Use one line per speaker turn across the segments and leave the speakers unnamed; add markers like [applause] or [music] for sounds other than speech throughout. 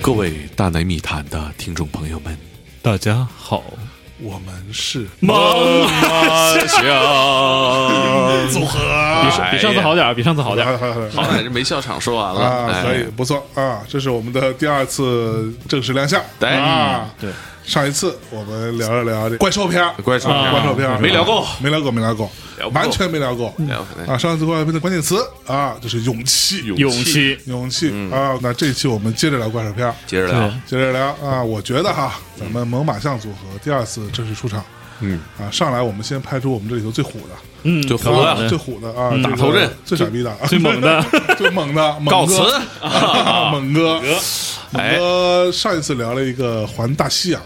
各位大内密谈的听众朋友们，
大家好，
我们是
猛笑
[laughs] 组合，
比上比上次好点儿，比上次好点儿。
好好
好哎歹这没笑场说完了，
啊，
哎
可以，不错啊，这是我们的第二次正式亮相
哎
啊。
对，
上一次我们聊了聊这怪兽片儿，
怪兽片嗯
啊怪兽片儿
没聊够
没聊够，没聊够
聊，不够
完全没聊够
聊不够
啊！上一次怪兽片的关键词啊，就是勇气，
勇气，
勇气啊！那这一期我们接着聊怪兽片儿，
嗯接着聊，
接着聊啊！我觉得哈，咱们猛犸象组合第二次正式出场，
嗯
啊，上来我们先派出我们这里头最虎的，
嗯，
就虎
啊
了，嗯
最虎的啊，
打头阵
最傻逼的，
最猛的，
[laughs] 最猛的，[laughs]
告
猛
辞
哥，
[laughs]
啊猛哥，猛
哎
哥上一次聊了一个环大西洋，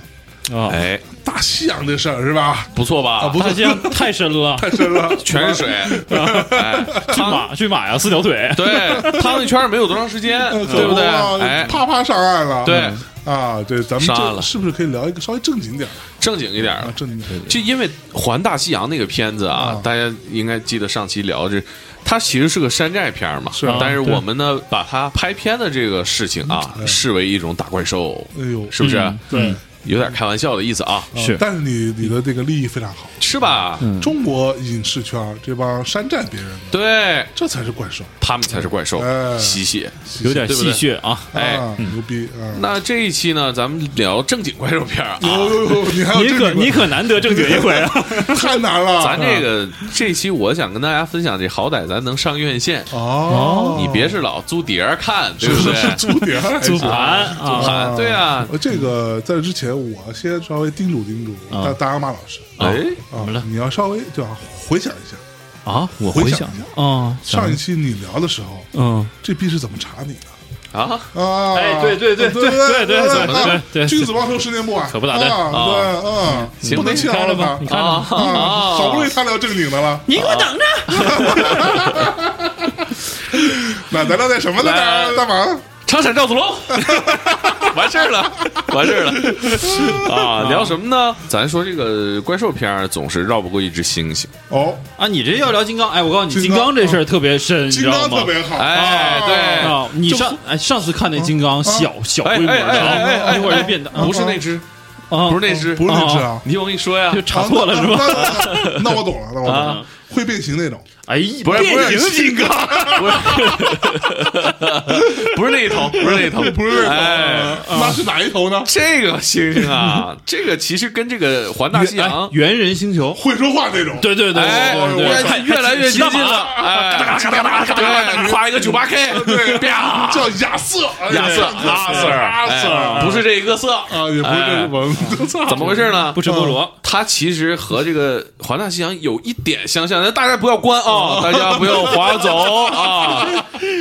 啊，
哎，
大西洋这事儿是吧？
不错吧？
啊，不
大
是
西洋太深了，
太深了，
全是水，
[laughs]
哎，
去马去马呀，四条腿，
对，趟一圈儿没有多长
[laughs]
时间，
呃
对不对？
啊
哎，
啪啪上岸了，
对
啊，对，咱们
上岸了
这是不是可以聊一个稍微正经点儿
正经一点儿
啊，，正经点儿
就因为《环大西洋》那个片子啊，
啊
大家应该记得上期聊这，它其实是个山寨片儿嘛。
是啊
但是
对
我们呢，把它拍片的这个事情啊，视为一种打怪兽，
嗯哎呦，
是不是？
嗯对，
有点开玩笑的意思啊，
啊
是
但是你你的这个利益非常好，
是吧？
中国影视圈儿这帮山寨别人的，
对
这才是怪兽，
他们才是怪兽，
哎
吸血。
有点
对不对
戏谑啊。
哎
啊，牛逼啊！
那这一期呢，咱们聊正经怪兽片儿啊。
有有有，你还有
你
这
可
个
你可难得正经一回啊！
太难了，
咱这个这期我想跟大家分享，这好歹咱能上院线，
哦，
你别是老租碟儿看，对不
是
对？
是租碟儿还
祖
行，
盘啊，
啊，对啊，
呃，这个在这之前，我先稍微叮嘱叮嘱大大阿妈老师
哎，
啊
怎么了，
你要稍微对吧？回想一下
啊，我
回
想
想一下
啊，
上一期你聊的时候，
嗯，
这逼是怎么查你的
啊，
啊？
哎对对对
对
对对对
对
对对对
君子报仇十年不晚，
可不咋的
啊，对，嗯，
行
不能
你
气
看
到
了
了
吧？
吧
你？看了
啊
吗？
啊，好不容易他聊正经的了，
你给我等着！
那咱聊点什么呢？
来
大大王，
长闪赵子龙，完事儿了，完事儿了啊！聊什么呢？咱说这个怪兽片儿总是绕不过一只猩猩，
哦，
啊，你这要聊金刚，哎，我告诉你，
金
金
刚
刚这事儿特别深，你
金
知道
刚
吗
特？别好，
哎
啊
对
啊，你上哎上次看那金刚小小
哎
规模
哎哎哎
的，
哎，
一会儿就变大，
不是那只，
啊
不是那只，
不是那只啊
啊，你我跟你说呀
就，查错了是吧？
吧？那我懂了，那我懂了
啊，
会变形那种。
哎，
不是不是
变形金刚，
不是，不是那一头，不是那一头，
不是，
哎。
那是哪一头呢？
这个猩猩啊，这个其实跟这个环大西
哎
洋，
猿人星球，
会说话那种。
对对对
哎，
对对对，
越来越接近了，哎，
哎
哒哒哒哒对，跨一个九八 K，
对，
啪，
叫亚瑟，
亚瑟，
亚瑟，
阿
亚瑟，
哎不是这一个色，
啊，也不是
哎
这个文，
怎么回事呢？
不吃菠萝，
它其实和这个环大西洋有一点相像，但大家不要关啊、大家不要划 [laughs] 走啊，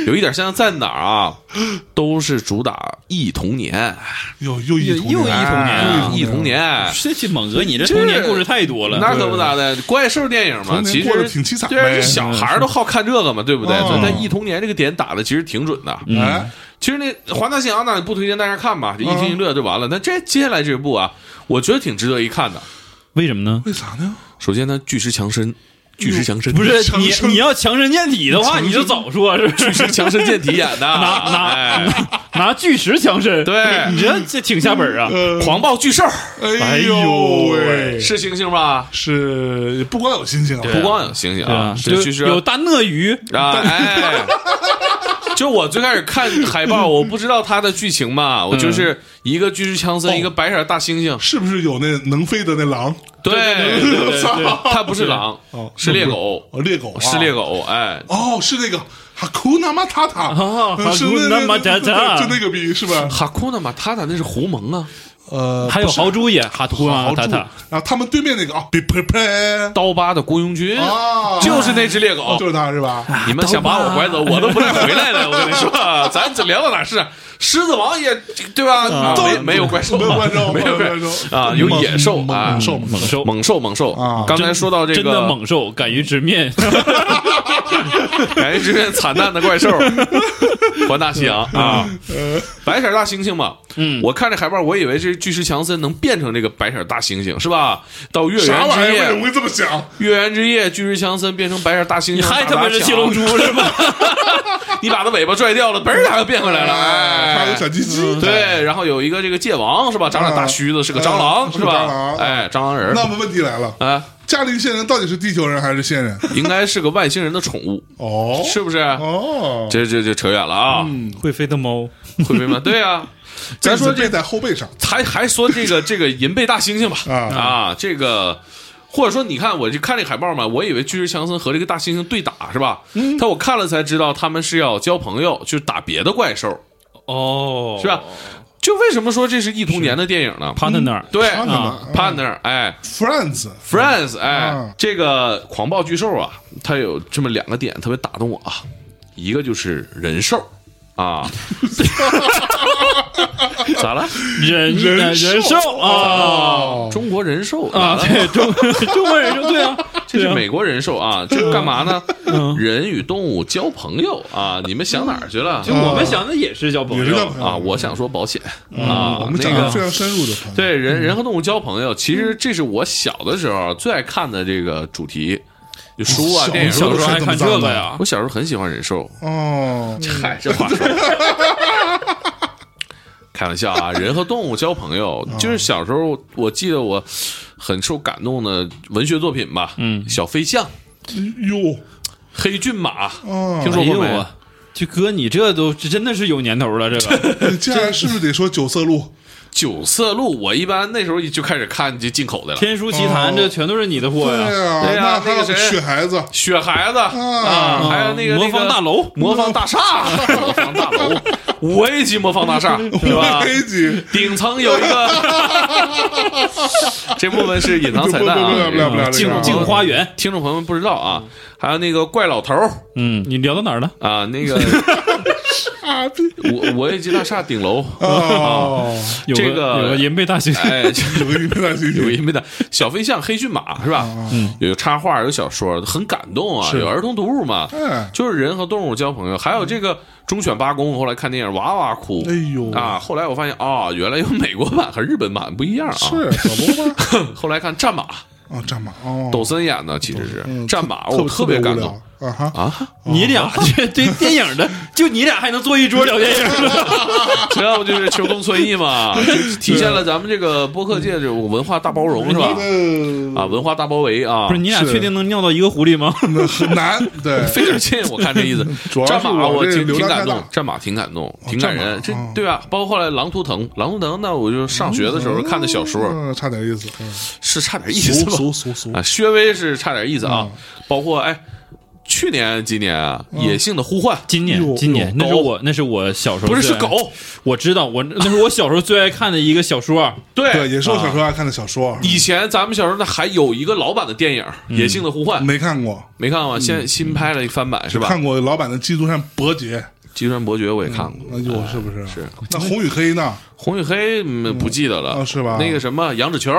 有一点相像在哪儿啊？都是主打忆童年，
又又一
又一童年啊
忆童年，
这这猛哥，你这童年故事太多了。
那可不咋的，怪兽电影嘛，
童年
其
过
实
得挺凄惨
对啊，
呗
这小孩儿都好看这个嘛，对不对？
嗯
所以他忆童年这个点打的其实挺准的。啊
哎，
其实那《华纳信洋》那不推荐大家看吧，就一听一乐就完了。那这接下来这部啊，我觉得挺值得一看的。
为什么呢？
为啥呢？
首先呢，巨石强森，巨石强森
不是
强
你
身
你要强身健体的话，你就早说，是不
巨
是？
石 [laughs] 强森健体演
[laughs]
的，
拿拿
哎
拿巨石强身，
对嗯
你这这挺下本儿啊。
狂暴巨兽
哎
呦
呦
喂
喂，
是猩猩吧？
啊是不光有星星啊，
不光有猩猩啊，
就是
巨石
有大鳄鱼，
啊，哎，就我最开始看海报，我不知道它的剧情嘛，我就是一个巨石强森，一个白色大猩猩，
是不是有那能飞的那狼？
对，
对对对
[laughs] 它不是狼，是猎狗，
哦，猎狗啊
是猎。狗，哎，
哦，是那个哈库纳马塔塔，
哦
是那
Hakuna Matata
就那个逼是吧？
哈库纳马塔塔那是狐獴啊，
呃，
还有
不是
豪猪也哈图啊，
豪
塔
猪，
塔
然后他们对面那个啊，别呸呸
刀疤的雇佣军
啊，
就是那只猎
哦
狗
就，是他是吧？
你们想把我拐走，我都不带回来的。我跟你说，咱这聊到哪是啊？狮子王也对吧？
都
啊没没有怪兽，
啊没有怪兽，
没有怪
怪兽
啊，有野兽
猛
啊
猛，兽猛
猛兽，
猛兽，猛兽
啊
刚才说到这
真的
个
猛兽，敢于直面，
[laughs] 感觉之前哎惨淡的怪兽，环大西洋啊， [laughs] 白色大猩猩嘛。
嗯
我看这海报，我以为是巨石强森能变成这个白色大猩猩，是吧？到月
啥
圆
玩
之
意儿？我怎
夜，
么会这么想？
月圆之夜，巨石强森变成白色大猩猩，
你还
打
他妈
砸
是
抢
七龙珠是吧？
[laughs] 你把他尾巴拽掉了，嘣儿他又变回来了，哎，
还有小鸡鸡。
对，然后有一个这个界王是吧？长俩大须子，是个蟑螂、
嗯
是
是个蟑
吧
螂？
哎，蟑螂人
那么问题来了，
啊，
加利线人到底是地球人还是仙人？
应该是个外星人的宠物，
哦，嗯
是不是？
哦，
这这这扯远了啊，
嗯会飞的猫，
会飞吗？对啊，咱说
镜子背在后背上
还还说这个这个银背大猩猩吧
啊
啊，这个。或者说，你看，我就看这海报嘛，我以为巨石强森和这个大猩猩对打是吧？
嗯
但我看了才知道，他们是要交朋友，就是打别的怪兽，
哦，
是吧？就为什么说这是忆童年的电影呢？
？partner，
对
partner，
啊
嗯
，partner，哎，
，Friends，
Friends，哎，
嗯
这个狂暴巨兽啊，它有这么两个点特别打动我啊，一个就是人兽
[laughs]
啊， [laughs] 咋了？
人
人兽
人兽啊
哦
中国人兽
呃啊，
咋了
对中 [laughs] 中国人兽，对啊，
这
对
是
啊
美国人兽啊，这干嘛呢？
嗯
人与动物交朋友啊，你们想哪儿去了
就我们想的也是交朋
也是叫
友
朋，友嗯
啊？我想说保险
嗯
啊，
我们
那
讲
个
的非常深入的朋友，
对人人和动物交朋友，其
嗯
实这是我小的时候最爱看的这个主题，就书啊、
小
电影
你
都
小时候
是。
还看这个呀？
我小时候很喜欢人兽，
哦，
嗯
嗨，这话说 [laughs] 的。开玩笑啊，人和动物交朋友，
嗯
就是小时候我记得我很受感动的文学作品吧，
嗯
小飞象、
哟，
黑骏马，
哦
听说过没
哎呦我这哥，你这都这真的是有年头了，这
[laughs]
个
你接下来是不是得说九色鹿？
九色鹿，我一般那时候就开始看这进口的了，
天书奇谭，
哦
这全都是你的货呀！
呀，
对呀
啊
啊
那还
那
有
个谁
雪孩子，
雪孩子啊，
啊
还有那个
魔方大、楼
那个，魔方大厦、魔方大楼、五 A 级魔方大厦，对吧？
黑级，
顶层有一个，这部分是隐藏彩蛋
不不不不不不不
啊
不，
镜
那个
镜花园。
听众朋友们不知道啊，还有那个怪老头儿
嗯，你聊到哪儿了？
啊，那个我我也记大厦顶楼，
哦，
有
这个
有个银背大猩猩，
哎，
有个音乐大猩
[laughs] 有
猩，
一没的小飞象、黑骏马是吧？
哦
嗯，
有插画，有小说，很感动啊，
是
有儿童读物嘛，
哎，
就是人和动物交朋友，还有这个忠犬八公，后来看电影哇哇哭
哎。呦
啊！，后来我发现哦，原来有美国版和日本版不一样啊。
是可不吗？
[laughs] 后来看《战马》，
啊，战马哦，
抖森演的，其实是
嗯
《战马》，
特
我特别感
无
动
聊啊哈，
啊！ [laughs]
你俩这这电影 [laughs] 的，就你俩还能坐一桌聊电影了？
这要不就是求同存异
[laughs]
嘛，就体现了咱们这个播客界这种文化大包容是吧？啊，
呃，
文化大包围啊
哎不是，，你俩
是
确定能尿到一个狐狸吗？
那很
[laughs]
难，对，
费点劲，我看这意思。
[laughs] 主要是
战马
我这
挺
流
挺
量
感
太
动
大，
战马挺感动，挺感人。这
战马哦
对啊，包括后来狼图腾，狼图腾那我就上学的时候看的小说，
嗯，差点意思，嗯
是差点意思吧？
俗俗
[laughs] 啊，薛微是差点意思
嗯
啊。包括哎，去年今年啊，野性的呼唤
[laughs] 今
哎呦
年，今
狗
年，那是我，那是我小时候
不是
最
是
爱，
狗，
我知道，我那是我小时候最爱看的一个小说，
对，
对。
也是我小时候爱看的小说，
以前咱们小时候那还有一个老版的电影《野性的呼唤》，
嗯没看过，
没看过，现在新拍了一个翻版是
嗯
吧？
看过老版的《基督山伯爵》，
《极端伯爵》我也看
哎
过，
呦，是不是？
啊是
那红与黑呢？
红与黑嗯不记得了，
啊是吧嗯
那个什么羊脂球，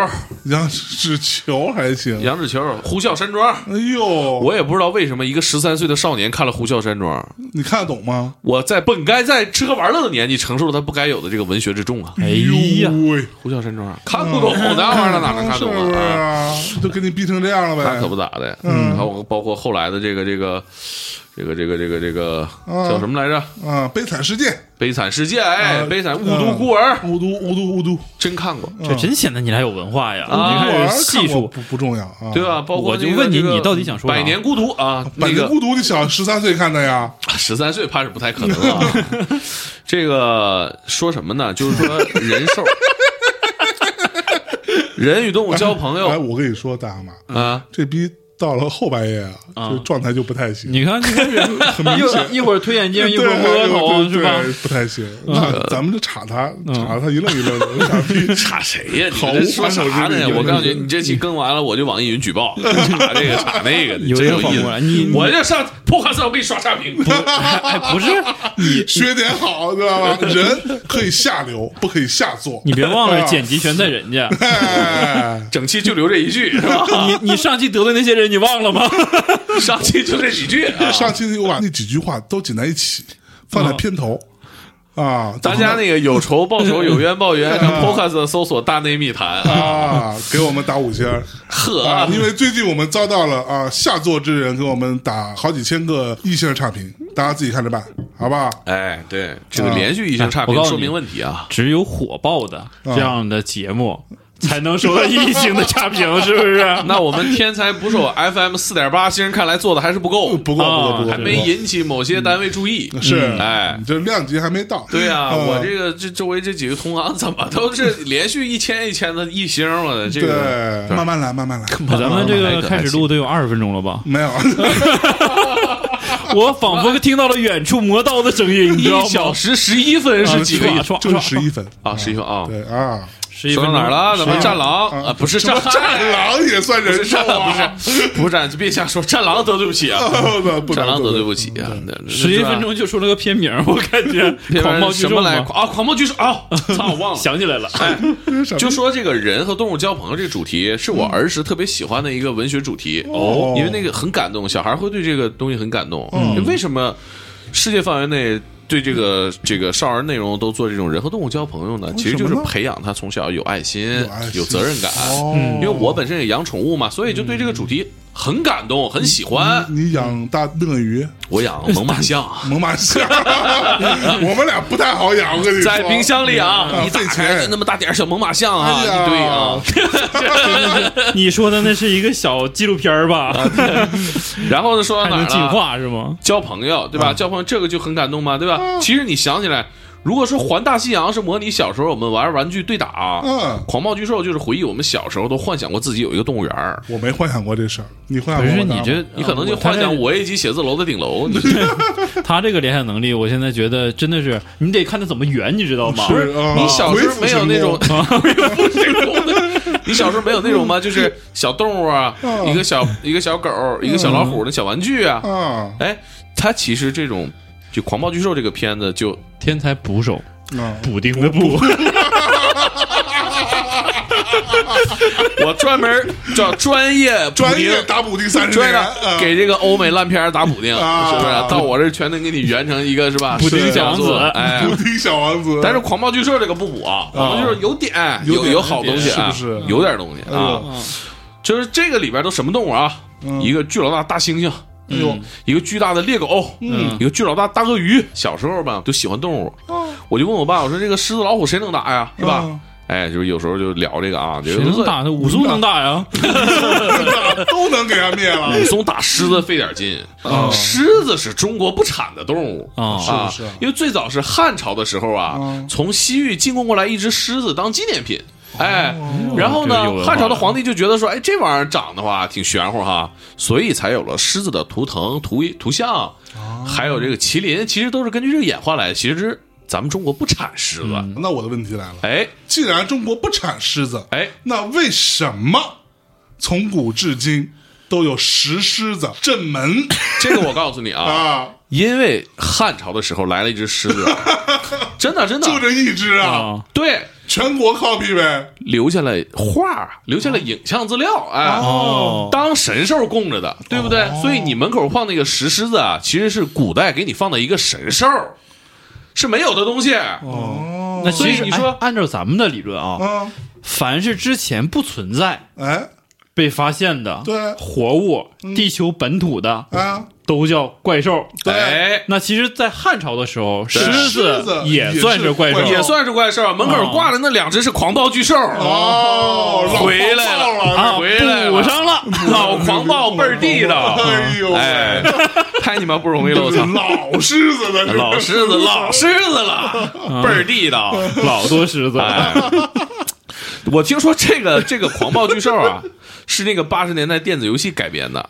杨是球还行，
羊脂球，呼啸山庄。
哎呦，
我也不知道为什么一个十三岁的少年看了《呼啸山庄》，
你看得懂吗？
我在本该在吃喝玩乐的年纪承受了他不该有的这个文学之重啊！
哎
哎呦
呀，
喂，嗯
《呼啸山庄》啊看不懂那玩意儿，哪能看懂
是
嗯
不是
啊？
啊？都给你逼成这样了
那可
呗？
不咋的。嗯，还有包括后来的这个这个这个这个这个这个
啊
叫什么来着，《
啊，悲惨世界，
悲惨世界》哎，
啊
《悲惨雾
啊
都孤儿》
嗯
雾都雾都雾都，
真看过，
这真显得你俩有文化呀！
啊
你
孤
开
儿
始细
看过
数，
不不重要啊？
对吧？包括
嗯我就
那个
问你
这个
你到底想说啥
百年孤独》啊，
百
那
年
个
孤独，你小十三岁看的呀？
[laughs] 十三岁怕是不太可能了啊。 [laughs] 这个说什么呢？就是说人
[laughs]
兽，人与动物交朋
哎，
友
哎
我跟你说，大妈，
啊，
这逼到了后半夜啊，
啊
就状态就不太行， [laughs]
你看，你看人
很明显
一。会儿推眼镜，一会儿摸额
对
头，
对
是吧？啊嗯
对不太行，那咱们就插他，插他一愣一愣
[laughs]
的，傻逼，
查谁呀？你
毫无
这说啥
防守之
呢？
力
我告诉你，你这期更完了，我就网易云举
[laughs]
报，查这个查那个的，
有
真
点
有
反
意
过来
思。
你
我就上破卡色，我给你刷差评。
哎，不是你，
学点好，知道吧？人可以下流， [laughs] 不可以下作。
你别 [laughs] 忘了剪辑权在人家。
哎，
整期就留这一句是吧？
[laughs] 你你上期得罪那些人，你忘了吗？
上期就这几句啊。
上期我把那几句话都剪在一起，放在片头啊，
大家那个有仇报仇，有冤报
[laughs]
冤，上 Podcast 搜索“大内密谈”啊，
啊，给我们打五星儿
呵
啊
[laughs] 啊，！
因为最近我们遭到了啊下作之人给我们打好几千个异性差评，大家自己看着办，好不好？
哎，对，这个连续一性差
啊我
评
告诉
说
你
明问题啊。
[laughs] 只有火爆的这样的节目，才能收到异性的差评，是 [laughs] 不是？
[laughs] 那我们天才捕手 FM 四点八，新人看来做的还是不够，
不过不过不过，
啊还没引起某些单位注意。
是
哎
你，这量级还没到。
对呀、
嗯
我这个这周围这几个同行怎么都是连续一千一千的一星我的这
对
个，
慢慢来，慢慢来，
咱们这个开始录得有二十分钟了吧？
没有
[laughs]
我仿佛听到了远处磨刀的声音，你知道
一
吗？
小时十一分是几个
啊
亿
刷
就是十一分
啊？十一分啊？
对啊，
十一
说
分
到哪儿
钟
了？咱们战狼
啊
[laughs] 啊，不是
什
战
么战狼也算
不
人
是
兽
战
啊？
狼，不是 [laughs] 不是战，别瞎说，战狼得罪不起啊，
不不
战狼得
得
罪
罪
不起啊，那
十一分。钟就说了个片名，我感觉
那
狂暴巨
什
兽
么来
吗？
啊？狂暴巨兽啊！操，我忘了。
想起来了，
哎，
什么
就说这个人和动物交朋友这个主题，是我儿时特别喜欢的一个文学主题
哦
因为那个很感动，小孩会对这个东西很感动。就为什么世界范围内对这个这个少儿内容都做这种人和动物交朋友呢？其实就是
为什么呢
培养他从小有爱心
有爱、心
哎有责任感。
哦
因为我本身也养宠物嘛，所以就对这个主题很感
嗯
动，很喜欢。
你养大鳄鱼、
我养猛
[laughs]
犸象，
猛犸
[laughs]
象，我们俩不太好养，我跟你说。
在冰箱里啊，
嗯
一打
费
开
钱
就那么大点儿小猛犸象啊，
哎呀
一堆啊。
你说的那是一个小纪录片儿吧？
然后呢，说
还
到哪儿
能进
了？
化是吗？
交朋友，对吧？
嗯
交朋友这个就很感动嘛，对吧？其实你想起来，如果说环大西洋是模拟小时候我们玩玩具对打，
嗯
狂暴巨兽就是回忆我们小时候都幻想过自己有一个动物园儿。
我没幻想过这事儿，你幻
不
想
是
过吗
你这，
你可能就
他
幻
这
想我一级写字楼的顶楼，
[laughs]
你
他这个联想能力，我现在觉得真的是，你得看他怎么圆，你知道吗？
是啊
你小时候没有那种
恢复
[laughs] 你小时候没有那
[laughs]
种吗？就是小动物啊，
嗯
一个小一个小狗，一个小老虎的小玩具啊。
啊
哎，它其实这种就《狂暴巨兽》这个片子就
天才捕手，
啊！
补丁的补，
我专门叫专业捕
专
鲸
业打补丁三十
专
年，
业
啊
给这个欧美烂片儿打补丁，
啊
是不是？到我这儿全能给你圆成一个是吧？
补丁
是
小王子 [laughs]
哎
补。丁小王子，
但是狂暴巨兽这个不补啊，狂暴巨兽有点
有
有
点
有好东西啊，
是不是哎
有点东西啊？就是这个里边都什么动物啊？一个巨老大大猩猩。
嗯
嗯
哎呦，
一个巨大的猎狗，嗯，一个巨老大大鳄鱼。小时候吧，就喜欢动物，我就问我爸，我说这个狮子老虎谁能打呀？是吧
哦嗯？
哎，就是有时候就聊这个啊，就是
谁能打？武松能打呀？
都能给他灭了 [laughs]
武啊松打狮子费点劲，
嗯
啊
哦
狮子是中国不产的动物
哦
啊，
是是
因为最早是汉朝的时候啊，
嗯哦
从西域进贡过来一只狮子当纪念品。哎，
嗯
然后
这个有文
呢，
化
汉朝的皇帝就觉得说，哎，这玩意儿长的话挺玄乎哈，所以才有了狮子的图腾、图图
哦
像，还有这个麒麟，其实都是根据这个演化来的。其实咱们中国不产狮子，
嗯
那我的问题来了，
哎
既然中国不产狮子，
哎，
那为什么从古至今都有石狮子镇门
这个我告诉你
[laughs]
啊，
啊？
因为汉朝的时候来了一只狮子，啊
[laughs]
真的真的
就这一只啊，
啊，
对。
全国 copy 呗。
留下了画，啊留下了影像资料，哎，
哦
当神兽供着的，对不对？所以你门口放那个石狮子啊，其实是古代给你放的一个神兽，是没有的东西。
那
所以
其实
你说
哎按照咱们的理论啊，
哦啊，
凡是之前不存在
哎，
被发现的
对
活物，地球本土的
啊，
都叫怪兽。
对
哎，
那其实，在汉朝的时候，狮
狮
子
子
也算是怪
也
兽
是怪
也
兽
算是怪兽，门口挂的那两只是狂暴巨兽。
哦，老
回来
暴
了
躁
啊，
回来了
补上了。
老狂暴哦倍儿地道，
[laughs] 哎呦喂
哎，太你妈不容易 [laughs] 了，我操！
老狮子了，
老狮子，嗯老狮子了，倍儿地 [laughs] 道。
老多狮
[laughs]
子，[laughs]
哎，我听说这个这个狂暴巨兽啊，是那个八十年代电子游戏改编的。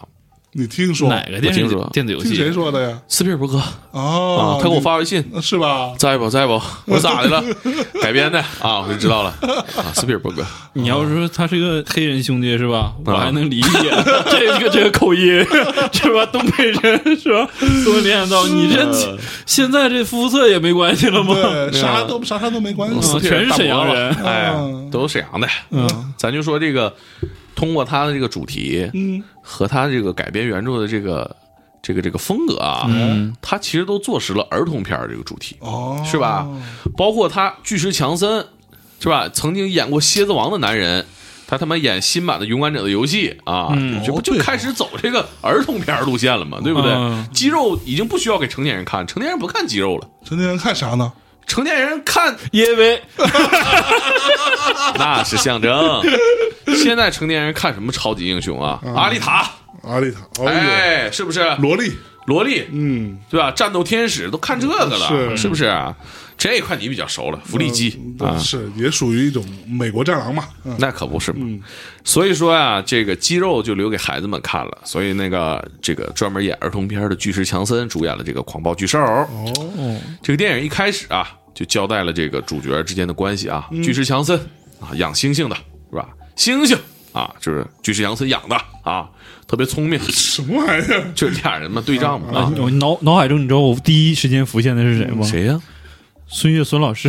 你听说？
哪个哎电
我
视
听说
电子游
听谁
戏？
说的呀？
斯皮尔伯格啊
哦，，
他给我发微信，
你是
[laughs]
吧？
在不在不？我咋的了？ [laughs] 改编的啊，我就知道了啊，斯皮尔伯格。
你要
嗯
是说他是个黑人兄弟是吧？
啊
我还能理解 [laughs] 这个这个口音是吧？东北人是吧？都能联想到你
啊
这现在这肤色也没关系了吗？
对，啥都啥啥都没关系
斯皮尔
嗯全是沈阳人
大伯了哎
嗯，
都是沈阳的。嗯，咱就说这个，通过他的这个主题，嗯，和他这个改编原著的这个这个这个风格啊，嗯，他其实都坐实了儿童片儿这个主题，
哦，
是吧？包括他巨石强森，是吧？曾经演过《蝎子王》的男人。他他妈演新版的《勇敢者的游戏》啊，这不就
哦对哦
开始走这个儿童片儿路线了嘛，对不对
嗯？
肌肉已经不需要给成年人看，成年人不看肌肉了，
成年人看啥呢？
成年人看
因为
[laughs]
那是象征。 [laughs] 现在成年人看什么超级英雄啊？阿丽塔，
阿丽塔，嗯哦呦，
哎，是不是？
萝莉，
萝莉，
嗯，
对吧？战斗天使都看这个了，
是
是不是啊？这一块你比较熟了，福利机
嗯
啊，
是也属于一种美国战狼嘛，
[laughs]
嗯
那可不是嘛。所以说啊，这个肌肉就留给孩子们看了。所以那个这个专门演儿童片的巨石强森主演了这个《狂暴巨兽》。
哦，
这个电影一开始啊，就交代了这个主角之间的关系啊。
嗯
巨石强森啊，养猩猩的是吧？猩猩啊，就是巨石强森养的啊，特别聪明， [laughs]
什么玩意儿？
就是俩人嘛对仗
嗯
嘛啊。
我脑脑海中你知道我第一时间浮现的是谁吗？
谁呀、
孙悦孙老师。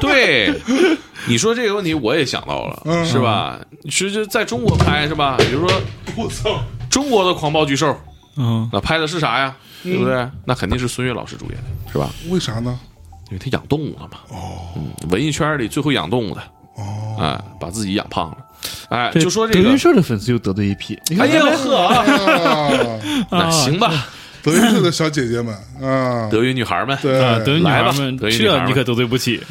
对，你说这个问题我也想到了，
嗯
是吧？其实就在中国拍是吧？比如说
我操！
中国的《狂暴巨兽》，
嗯，
那拍的是啥呀？
嗯
对不对？那肯定是孙越老师主演的，是吧？
为啥呢？
因为他养动物了嘛。哦，文艺圈里最会养动物的。哦，哎，把自己养胖了。哎，就说这
德
个
云，社的粉丝又得罪一批。你
哎
看，
呦
[laughs]
呵，
啊，
那行吧，
德云社的小姐姐们啊，
德云女孩们，
对
啊，德云女
呃来吧
孩们，
德云女孩
这
们
你可得罪不起。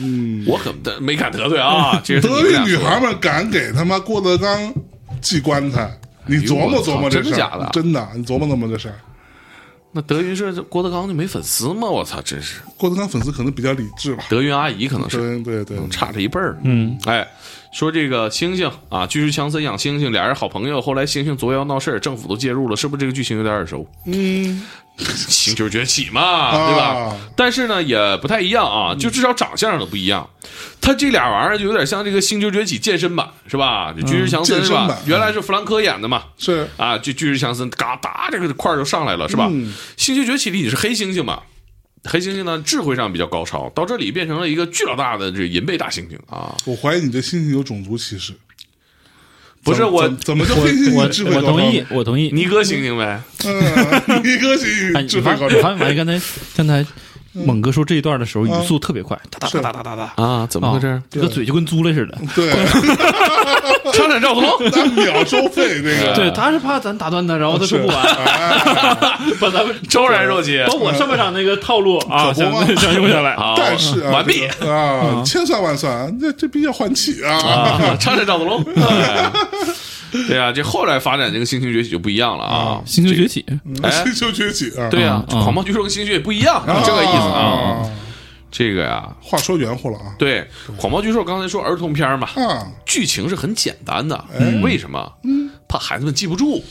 我可没敢得罪啊，这个是你
德
们俩
云
说
女
的
孩们敢给他妈郭德纲祭棺材，
哎
你琢磨琢磨这事儿，
真的假的
真的，你琢磨琢磨这事儿。
那德云社这郭德纲就没粉丝吗？我操，真是
郭德纲粉丝可能比较理智吧，
德云阿姨可能是
对对对，
差了一辈儿。嗯，哎，说这个猩猩啊，巨石强森养猩猩，俩人好朋友，后来猩猩作妖闹事儿，政府都介入了，是不是这个剧情有点耳熟？
嗯，
星球崛起嘛，对吧？
啊嗯
但是呢，也不太一样啊，就至少长相上都不一样。他这俩玩意儿就有点像这个《星球崛起》健身版是吧？这巨石强
嗯
森
健
是
身版嗯
吧？原来是弗兰科演的嘛。
是
啊，就巨石强森嘎哒，这个块儿就上来了，是吧？
嗯
星球崛起》里你是黑猩猩嘛？黑猩猩呢，智慧上比较高超，到这里变成了一个巨老大的这银背大猩猩啊！
我怀疑你对猩猩有种族歧视。
不是
怎
我
怎怎么就黑猩
我
猩智慧高
我
超
同
呢？
意，我同意。
尼哥猩猩呗，
嗯，一个猩
哎，
猩智
你
慧
发
高
你
超。
发没发现刚才刚才
嗯
猛哥说这一段的时候，语速特别快，哒哒
是
哒哒哒哒哒，
啊，怎么回事？
这个嘴就跟猪了似的。
对，
商场赵子龙，
咱秒收费这个，啊
对，他是怕咱打断他，然后他说不完，
哦
把咱们
昭然若揭
把我上半场那个套路啊，
可
想
不嘛
想用下来。
好，
哦但是啊
完毕
这个
嗯
啊，千算万算，这这逼要换气 [laughs] 啊！
[laughs] 啊，商场赵子龙。哎对啊，这后来发展这个星球崛起就不一样了啊！
星球崛起，
哎
星球崛起啊！
对啊，
嗯
狂暴巨兽跟星球也不一样，这个意思啊。
啊。
这个呀，
话说圆乎了啊
对，狂暴巨兽刚才说儿童片儿嘛，
啊！
剧情是很简单的，为什么？怕孩子们记不住，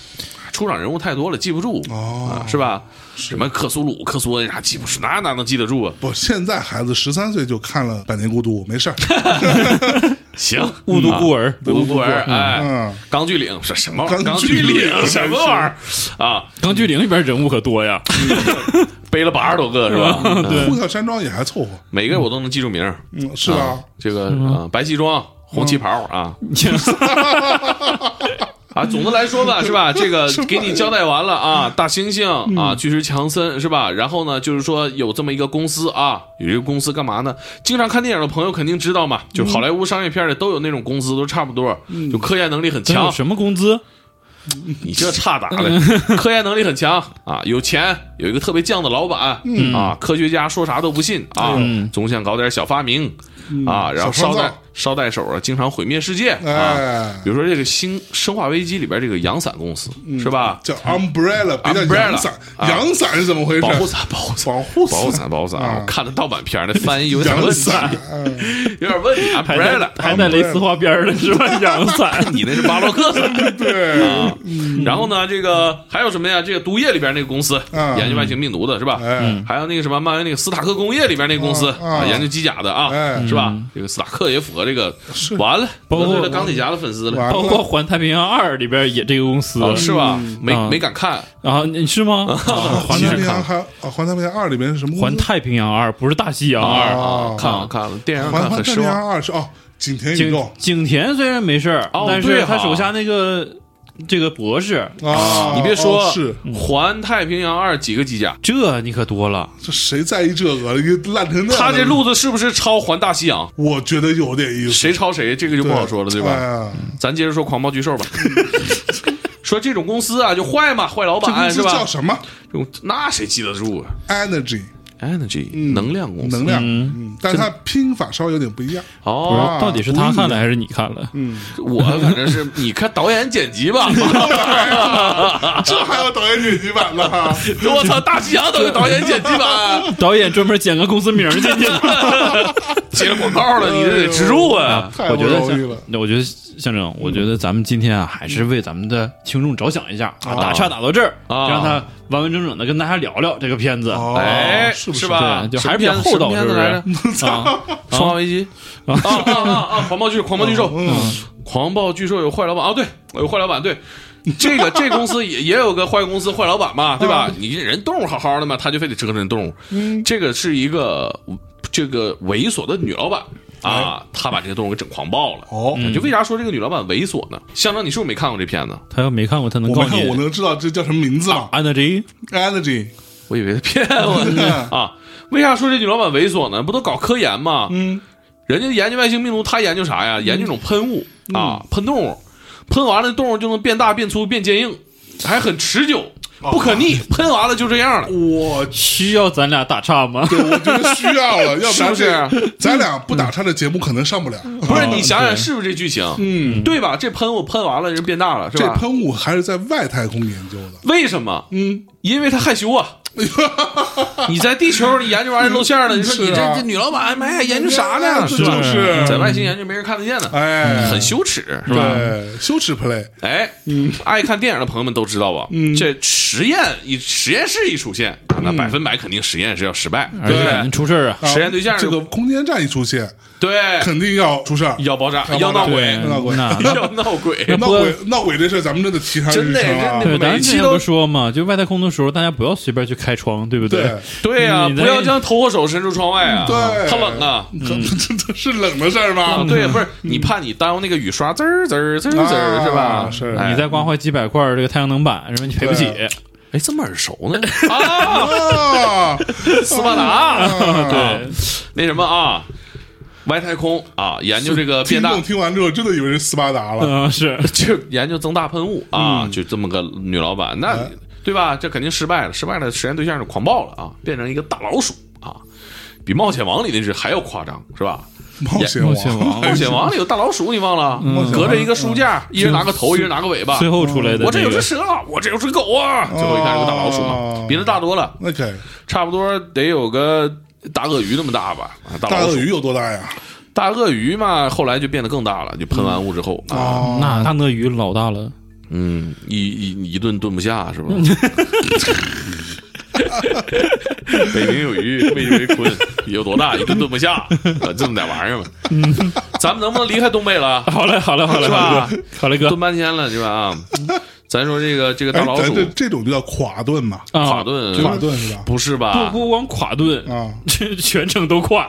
出场人物太多了，记不住，
哦
啊是吧？什么克苏鲁、克苏恩啥记不住，那哪能记得住啊？
不，现在孩子十三岁就看了《百年孤独》，没事
[laughs]
儿。
行，
雾都孤儿，
无独孤儿，哎
嗯，
钢锯岭是什么玩意儿？
钢
钢
锯
锯
岭
岭什么玩意儿啊？
钢锯岭里边人物可多呀。
背了八十多个是吧？嗯
呼啸山庄也还凑合，
每个我都能记住名儿，
嗯，是嗯吧？
这个啊，白西装、红旗袍啊。啊，总的来说吧，
[laughs]
是吧？这个给你交代完了
嗯
啊，大猩猩啊，巨石强森是吧？然后呢，就是说有这么一个公司啊，有一个公司干嘛呢？经常看电影的朋友肯定知道嘛，
嗯
就是好莱坞商业片里都有那种公司，都差不多，就科研能力很
咱有
强。
嗯
什么工资？
你这差打的， [laughs] 科研能力很强啊，有钱，有一
嗯
个特别犟的老板啊，科学家说啥都不信啊，总想搞点小发明，啊，然
哎
后
嗯小
捎
创造
带捎带手啊，经常毁灭世界啊。
哎
比，如说这个新《生化危机》里边这个阳伞公司
嗯
是吧？
叫 umbrella，别叫
umbrella，
阳伞，
啊
阳伞是怎么回事？
保护伞，保护伞，
保护
保护伞，保护伞。
啊
我看的盗版片儿那翻译有点
阳
问题，
伞，
有点问题。啊
还在
umbrella，
还在蕾丝花边儿的是吧？阳伞，
你那是巴洛克伞。
对，
啊，然后呢，这个还有什么呀？这个毒液里边那个公司
嗯
研究外星病毒的是吧？
哎，
还有那个什么漫威那个斯塔克工业里边那个公司
啊啊
啊，研究机甲的啊，
哎
是吧？这个斯塔克也符合这个，完了
嗯包
得
括
罪了钢铁侠的粉丝了，
完
包括《
了，
环太平洋二》里边也这个公司，
哦，是吧？没
啊
没敢看，
然后你是吗？啊
环
环
太平
太
洋
平洋
还啊，环太平洋二里面是什么公司？
环太平洋二不是大西洋二，
哦
看了看了，电影上
环
看
环
很
太
失
平
望。
洋二是哦，景田宇
景
宙
景田虽然没事儿
哦，
但
对
是
哈
他手下那个这个博士，
啊，
你别
哦
说
是，
环太平洋二几个机甲，
这你可多了。
这谁在意这个了？你烂成那样，
他这路子是不是超环大西洋？
我觉得有点意思，
谁超谁，这个就不好说了，对吧？嗯
吧？
咱接着说狂暴
[laughs]
巨兽吧。 [laughs] 说这种公司啊，就坏嘛，坏老
这公
板
司
哎是
叫
吧？
什么
这种那谁记得住啊
？Energy
？Energy、能量公司
嗯能量，嗯，但是它拼法稍微有点不一样。
不知
哦，
啊
道到底是他看的还是你看了？
嗯
我反正是你看导演剪
[laughs]
辑吧。
这还有导演剪辑版了哈，
我操，大西洋都有导演剪辑版，
[laughs] 导演专门捡个公司名儿进去。
接了广告 [laughs] 了，你这得植入啊！
哎太
我
不
觉得
容易
像
了。，
那我觉得象征，我觉得咱们今天啊，还是为咱们的听众着想一下啊，打岔打到这儿，
啊
让他完完整整的跟大家聊聊这个片子。
哦
哎，
是不是
是吧？
对就
什么
还是比较
片
厚道
什么片子
是不是
来着？ [laughs]
啊，
生化危机嗯啊啊 [laughs] 啊啊！狂暴巨狂暴巨兽，狂暴巨兽有坏老板啊，对，有坏老板，对。这个这公司也也有个坏公司坏老板嘛，对吧？你人动物好好的嘛，他就非得折腾人动物。这个是一个这个猥琐的女老板啊，她把这个动物给整狂暴了。
哦，
就为啥说这个女老板猥琐呢？象征，你是不是没看过这片子？
他要没看过，他能
我
告
没
诉
看，我
你。
能啊知道这叫什么名字
[laughs]
吗
安德吉，
？Energy，
我以为他骗我
[laughs]
呢啊！为啥说这女老板猥琐呢？不都搞科研吗？
嗯，
人家研究外星病毒，他研究啥呀？研究一种喷雾、啊，喷动物，喷完了动物就能变大、变粗、变坚硬，还很持久，不可逆。喷完了就这样了，
我
需要咱俩打岔吗？
我觉得需要了，要不然
是嗯不
这咱俩不打岔的节目可能上不了。
不是
哦
你想想
对
是不是这剧情？嗯，对吧？这喷雾喷完了人变大了是
这
吧？
喷雾还是在外太空研究的，
为什么？
嗯，
因为他害羞啊。你在地球你研究完露馅了，你说你
是
这
啊
这女老板，哎呀，研究啥呢？嗯
这
吧
就是啊
在外星研究没人看得见呢，
哎，
很羞耻是吧？
对，羞耻 play，
哎，
嗯
爱看电影的朋友们都知道吧？这实验一实验室一出现，那
嗯
百分百肯定实验是要失败，
而
对不
且
对
人？出事儿啊，
啊
实验对象
这个空间站一出现，
对，
肯定要出事儿。
要爆炸，要
要
闹
爆炸嗯
鬼
对，
闹鬼
[laughs]
那
要闹
[laughs]
鬼，
闹鬼闹鬼这事儿，咱们真的提倡
真
日
的
常啊
真。
[laughs]
对，咱
每
们之
期
前
都
不说嘛，就外太空的时候，大家不要随便去开窗，对不
对
对呀，
你在
不要将头和手伸出窗外啊，
嗯对嗯
它冷啊。
这这是冷的事儿
啊，
吗？
对呀，不是你怕你耽误那个雨刷滋儿滋儿滋儿滋儿
嗯啊
是吧？
是
哎
你再刮坏几百块儿这个太阳能板，是吧？你赔不起。啊
哎这么耳熟
[laughs]
呢？啊，
啊，
[laughs] 斯巴达，
对，
那什么啊，外太空啊，研究这个
听
变大
众听完之后真的以为是斯巴达了。
嗯， [laughs] 是
就研究增大喷雾啊，
嗯
就这么个女老板，那、
哎
对吧？这肯定失败了，失败了，实验对象就狂暴了啊，变成一个大老鼠啊，比《冒险王》里那只还要夸张，是吧？
冒险
冒险王
《冒险王》里有大老鼠，你忘了？
嗯
隔着一个书架，一人拿个头，一人拿个尾巴。
最后出来的那
啊
个。哦
我这有只蛇，我这有只狗啊！最后一看是个大老鼠嘛
哦，
比那大多了，
那可以，
差不多得有个大鳄鱼那么大吧？啊大
大
老
鳄
鼠，
鱼有多大呀？
大鳄鱼嘛，后来就变得更大了，就喷完雾之后啊，
啊，
那大鳄鱼老大了，
嗯，一一一顿炖不下是吧？北冥有鱼，为鱼为鲲，有多大一顿炖不下，啊这么点玩意儿嘛。咱们能不能离开东北了？
好嘞，好嘞，好嘞，
是吧
好嘞哥好嘞，哥
炖半天了是吧？啊，咱说这个这个大
哎，
老
咱
鼠嗯
这这种就叫垮盾嘛，
啊
垮炖，
垮盾是吧？
不是
不
吧？
不光垮顿
啊，
这
嗯
全程都垮。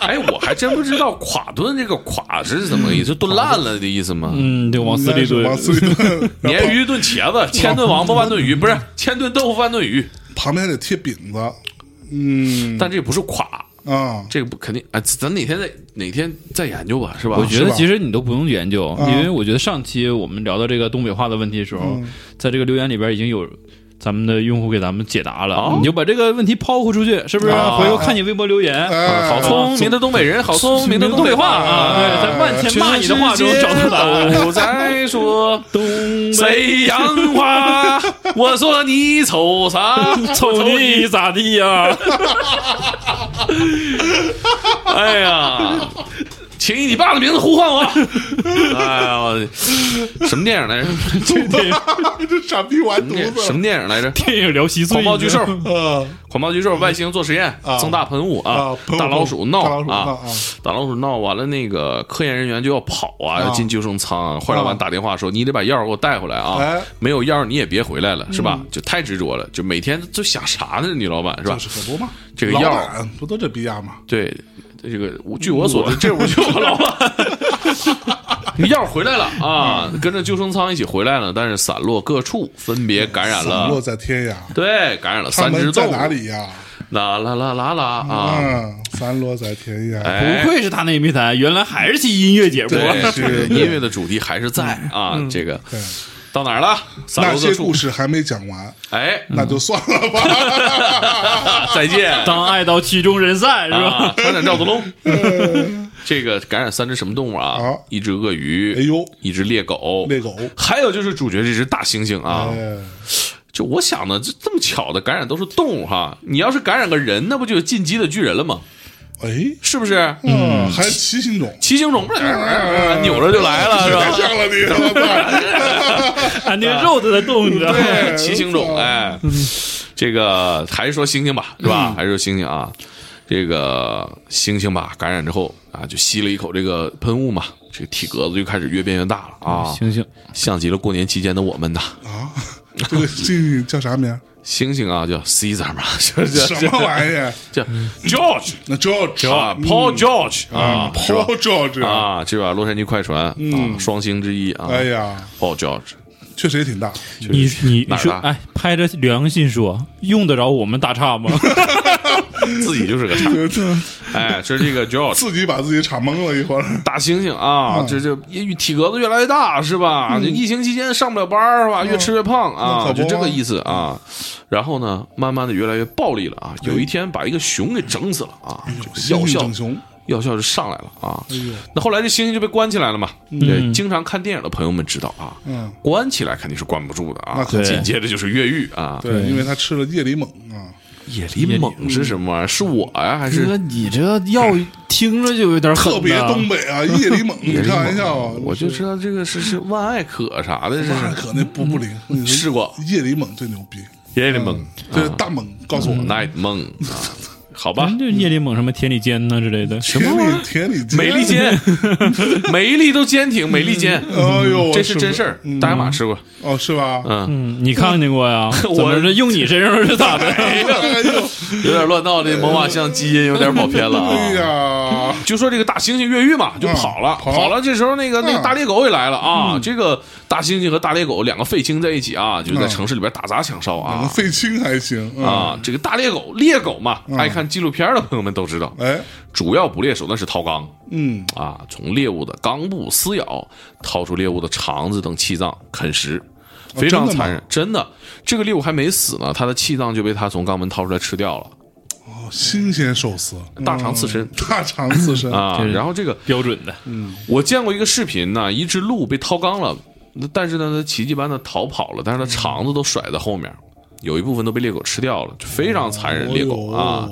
哎，我还真不知道垮炖这个垮是怎么个意思，炖烂了的意思吗？
嗯，就往
应
死
该
里
是
蹲。
往死里蹲，然
鲶
后
鱼炖茄子，千炖王八万炖鱼，不是千炖豆腐万炖鱼，
旁边还得贴饼子。嗯
但这不是垮，
啊，
这个不肯定啊，咱哪天再哪天再研究吧，是吧？嗯
我觉得
吧
其实你都不用研究，
嗯
因为我觉得上期我们聊到这个东北话的问题的时候，在这个留言里边已经有。咱们的用户给咱们解答了，
哦
你就把这个问题抛回出去，是不是？
啊
回头看你微博留言，
哎
好聪明的东北人，好聪明的
东
北
北话
话哎啊
啊，对，在万千骂你的话中找到答案。 [laughs]
都在 [laughs] 说
东北
沈阳话，我说你 [laughs] 瞅啥？
瞅你咋地呀？ [laughs]
哎呀，请以你爸的名字呼唤我！哎呀，我什么电影
[laughs]
来着？
这傻逼完
什么电
犊子，
什么电影来
[laughs]
着？
电影聊稀碎，
狂暴巨兽，
呃
狂暴巨兽，外星做实验
啊，
增大喷雾啊
啊，喷雾
大老鼠
大老
闹
鼠闹
啊
啊，
大老鼠闹完了，那个科研人员就要跑啊，
啊
要进救生舱啊。坏老板
啊
打电话说：“你得把药给我带回来啊
哎，嗯
没有药你也别回来了，是吧？”就太执着了，就每天就想啥呢？这女老板是吧
就？是可不嘛，
这个
老
药
板不都这逼样吗？
对，这个我据我所知，
[laughs]
这我就我老板。药回来了啊，跟着救生舱一起回来了，但是散落各处，分别感染
散落
了，
在天涯，
对，感染了
他
三只
们
动
在
物。
哪里呀？
啦啦啦啦啦啊！
嗯，散落在天涯。
哎
不，愧是他那没谈，原来还是期音乐节目啊。
对，这个
是嗯
音乐的主题还是在啊。这个
对
到哪儿了？散
那
落各
些
处
故。事还没讲完，
哎，
那就算了
[laughs]
吧。
再见
当爱到曲终人散，是吧？
啊！船长赵子龙，这个感染三只什么动物啊
好？
一只鳄鱼，
嗯哎呦，
一只猎狗，
猎狗
还有就是主角这只大猩猩啊。
哎
就我想呢，这这么巧的感染都是动物哈，你要是感染个人，那不就进击的巨人了吗？
哎，
是不是？
嗯，还骑行
[laughs]
种，
骑行种
嗯
哎扭着就来了，
[laughs]
啊是
太
吧？
像了你，我
[laughs]
操！
啊，那个肉都在动，你知道吗？
对，骑行种，哎，这个还是说猩猩吧，是吧？还是说猩猩啊？这个猩猩吧，感染之后啊，就吸了一口这个喷雾嘛，这个体格子就开始越变越大了啊，
猩猩，
像极了过年期间的我们呐。
啊，这个猩猩叫啥
[laughs]
名？
猩猩啊，叫 Caesar 嘛， [laughs] 就是
什么玩意儿？
叫 George
那 George
啊
嗯
，Paul George 啊
啊，，Paul George 嗯
啊，是吧？洛杉矶快船啊，双星之一啊，
哎呀，
，Paul George，
确实也挺大。
你你
哪
你
儿啊
说，
的
哎，拍着良心说，用得着我们打
[laughs]
岔吗？
自己就是个叉，哎，这是这个
[laughs]
George
自己把自己插懵了一会儿，
大猩猩啊，
嗯
这这也体格子越来越大是吧？就疫情期间上不了班儿是吧？越吃越胖
嗯
啊，
那可不
就
啊
这个意思啊。然后呢，慢慢的越来越暴力了啊，有一天把一个熊给整死了啊，这个
哎猩
药
猩
效
整哎熊，
药效就上来了啊。那后来这猩猩就被关起来了嘛，对，经常看电影的朋友们知道啊，
嗯，
关起来肯定是关不住的啊
那，可不
紧接着就是越狱啊，
对，因为他吃了叶里猛啊，
野里猛是什么玩意儿？是我呀、还
哥，
是
你这药听着就有点狠
特别东北啊，叶里猛，
[laughs]
你
野里
开玩
猛
笑啊
啊？？我就知道这个是是万艾可啥的，这
那
是
可那不不灵，我跟你说
试过嗯
叶里猛最牛逼，
野里猛
这大猛告诉我，
，night 梦啊，好吧
吧？，嗯就聂里猛什么田里坚呐之类的，
田里田里
美利
坚，
坚，美利都坚挺，美利坚，嗯
哎呦，
这是真事
儿
儿，大洋马吃过，
哦，是吧？
嗯，
嗯，你看见过呀？
[laughs] 我
怎么这用你身上
[laughs]
是咋的？
嗯
哎呦，
有点乱闹，这猛犸象基因有点跑偏了
对嗯
啊。
哎呀，
就说这个大猩猩越狱嘛，就跑了，
嗯跑了
跑了。这时候那个那个
嗯
大猎狗也来了啊，这个大猩猩和大猎狗两个废青在一起啊，就在
嗯
城市里边打砸抢烧
我们
啊。
费青嗯还行啊，
啊，这个大猎狗，猎狗嘛，爱看纪录片的朋友们都知道，
哎，
主要捕猎手那是掏肛
嗯，
啊，从猎物的肛部撕咬，掏出猎物的肠子等器脏啃食，非常
哦真的吗
残忍。真的，这个猎物还没死呢，它的器脏就被它从肛门掏出来吃掉了，
哦，新鲜寿司，嗯
大肠刺身
大肠刺身，
啊。
是
然后这个
标准的，
嗯我见过一个视频呢，一只鹿被掏肛了，但是呢，它奇迹般的逃跑了，但
嗯
是它肠子都甩在后面，有一部分都被猎狗吃掉了，就非常残忍。
哦
猎狗
哟
啊，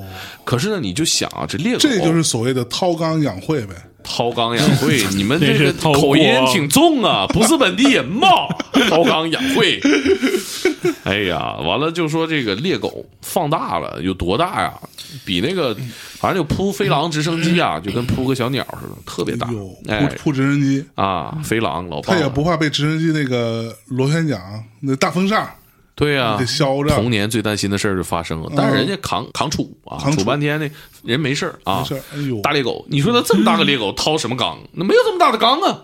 可是呢，你就想啊，这猎狗
这就是所谓的掏肛养晦呗。
掏肛养
[laughs]
晦，你们这
那
个
是掏
口
锅
音挺重
[laughs]
啊，不是本地人嘛？ [laughs] 掏肛养晦。 [laughs] 哎呀，完了就说这个猎狗放大了有多大呀？比那个反正就扑飞狼直升机啊，就跟扑个小鸟似的，特别大
哎呦，。
哎
扑扑直升机，
啊，飞狼老
他
棒
也
了，
不怕被直升机那个螺旋桨那大风扇
对呀、
给削着，
童年最担心的事儿就发生了，但是人家扛扛杵啊，
嗯扛杵
杵半天那人没事儿啊。
没事儿哎呦
大猎狗，你说他这么大个猎
[laughs]
狗掏什么缸？那没有这么大的缸啊。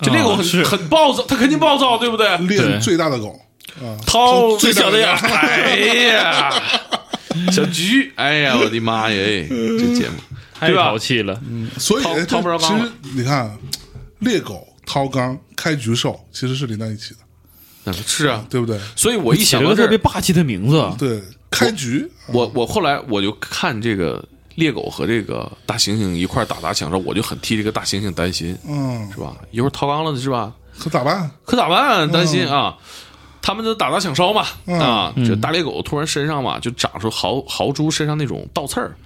这猎狗
啊是
很很暴躁，它肯定暴躁，对不对？
练
对
最大的狗啊，
掏
最
最小
小
的
的
眼，
眼
哎呀，小菊，哎呀，我的妈呀，哎这
[laughs]
节目
太
对吧
淘？气了。
所以
掏
哎
掏不着
其
缸了
实你看，猎狗掏肛开局兽其实是连在一起的，
嗯是啊，
对不对？
所以我一
起
想
了
到
个
这
特别
儿，
霸气的名字，
对，开局
我我后来我就看这个猎狗和这个大猩猩一块儿打砸抢烧，我就很替这个大猩猩担心，
嗯，
是吧？一会儿掏肛了是吧？
可咋办？
可咋办？担心啊！他们就打砸抢烧嘛，
嗯
啊，这大猎狗突然身上嘛就长出豪豪猪身上那种倒刺儿，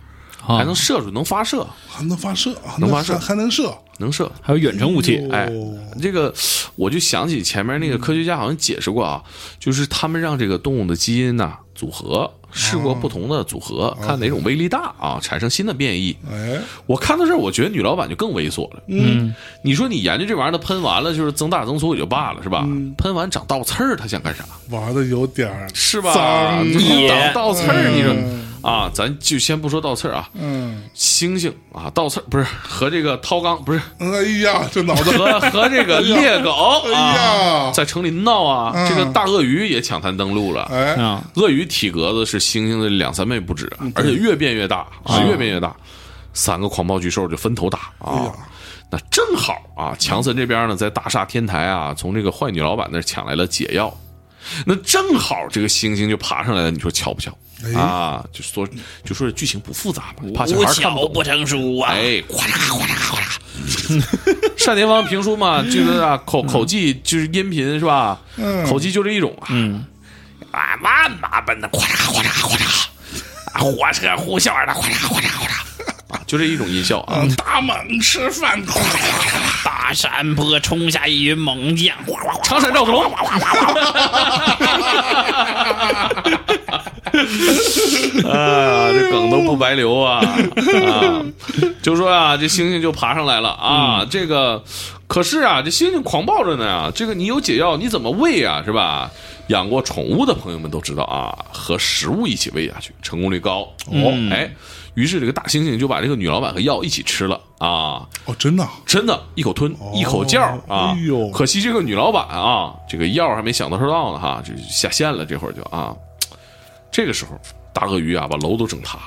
还
还
能射出，能发射，
还能发射，还
能发射
还还能射，
能射。
还有远程武器，
哎
哦，嗯
这个我就想起前面那个科学家好像解释过啊，就是他们让这个动物的基因呐、组合，试过
哦
不同的组合，看哪种威力大啊，产生新的变异。
哎，
我看到这儿，我觉得女老板就更猥琐了。
嗯，
你说你研究这玩意儿，它喷完了就是增大增粗也就罢了，是吧？
嗯
喷完长倒刺儿，它想干啥？
玩的有点儿，
是吧？
脏
你
野
长倒刺儿，你
嗯
说啊？咱就先不说倒刺儿啊，
嗯，
猩猩啊，倒刺儿不是和这个掏肛不是
哎呀，这脑
[laughs]
子，
和和这个猎狗
哎
啊，
呀，
在城里闹啊，
嗯
这个大鳄鱼也抢滩登陆了。
哎，
啊，
鳄鱼体格子是猩猩的两三倍不止，啊
嗯
而且越变越大啊，越变越大。三个狂暴巨兽就分头打
哎
啊
呀！
那正好啊，强森这边呢，在大厦天台啊，从这个坏女老板那儿抢来了解药。那正好这个猩猩就爬上来了，你说巧不巧
哎
啊？就说就说这剧情不复杂嘛，怕小孩看不懂。
成书啊
哎，哗啦哗啦哗啦！单田芳评书嘛，就是啊，口口技就是音频是吧？
嗯
口技就这一种啊。
嗯，
啊，万马奔的，哗啦哗啦哗啦，啊，火车呼啸而来，哗啦哗啦哗啦，啊，就这一种音效啊。
大猛吃饭，
[laughs] 大山坡冲下一云猛将，
长闪赵子 [laughs] 龙，啊，这梗都不白留啊！啊，就说啊，这猩猩就爬上来了啊，这个可是啊，这猩猩狂暴着呢啊，这个你有解药，你怎么喂啊？是吧？养过宠物的朋友们都知道啊，和食物一起喂下去，成功率高哦。哎，于是这个大猩猩就把这个女老板和药一起吃了啊。
哦，真的啊，
真的，一口吞，一口叫啊！
哦哎呦
可惜这个女老板啊，这个药还没想到收到呢哈，这就下线了，这会儿就啊，这个时候大鳄鱼啊把楼都整塌了，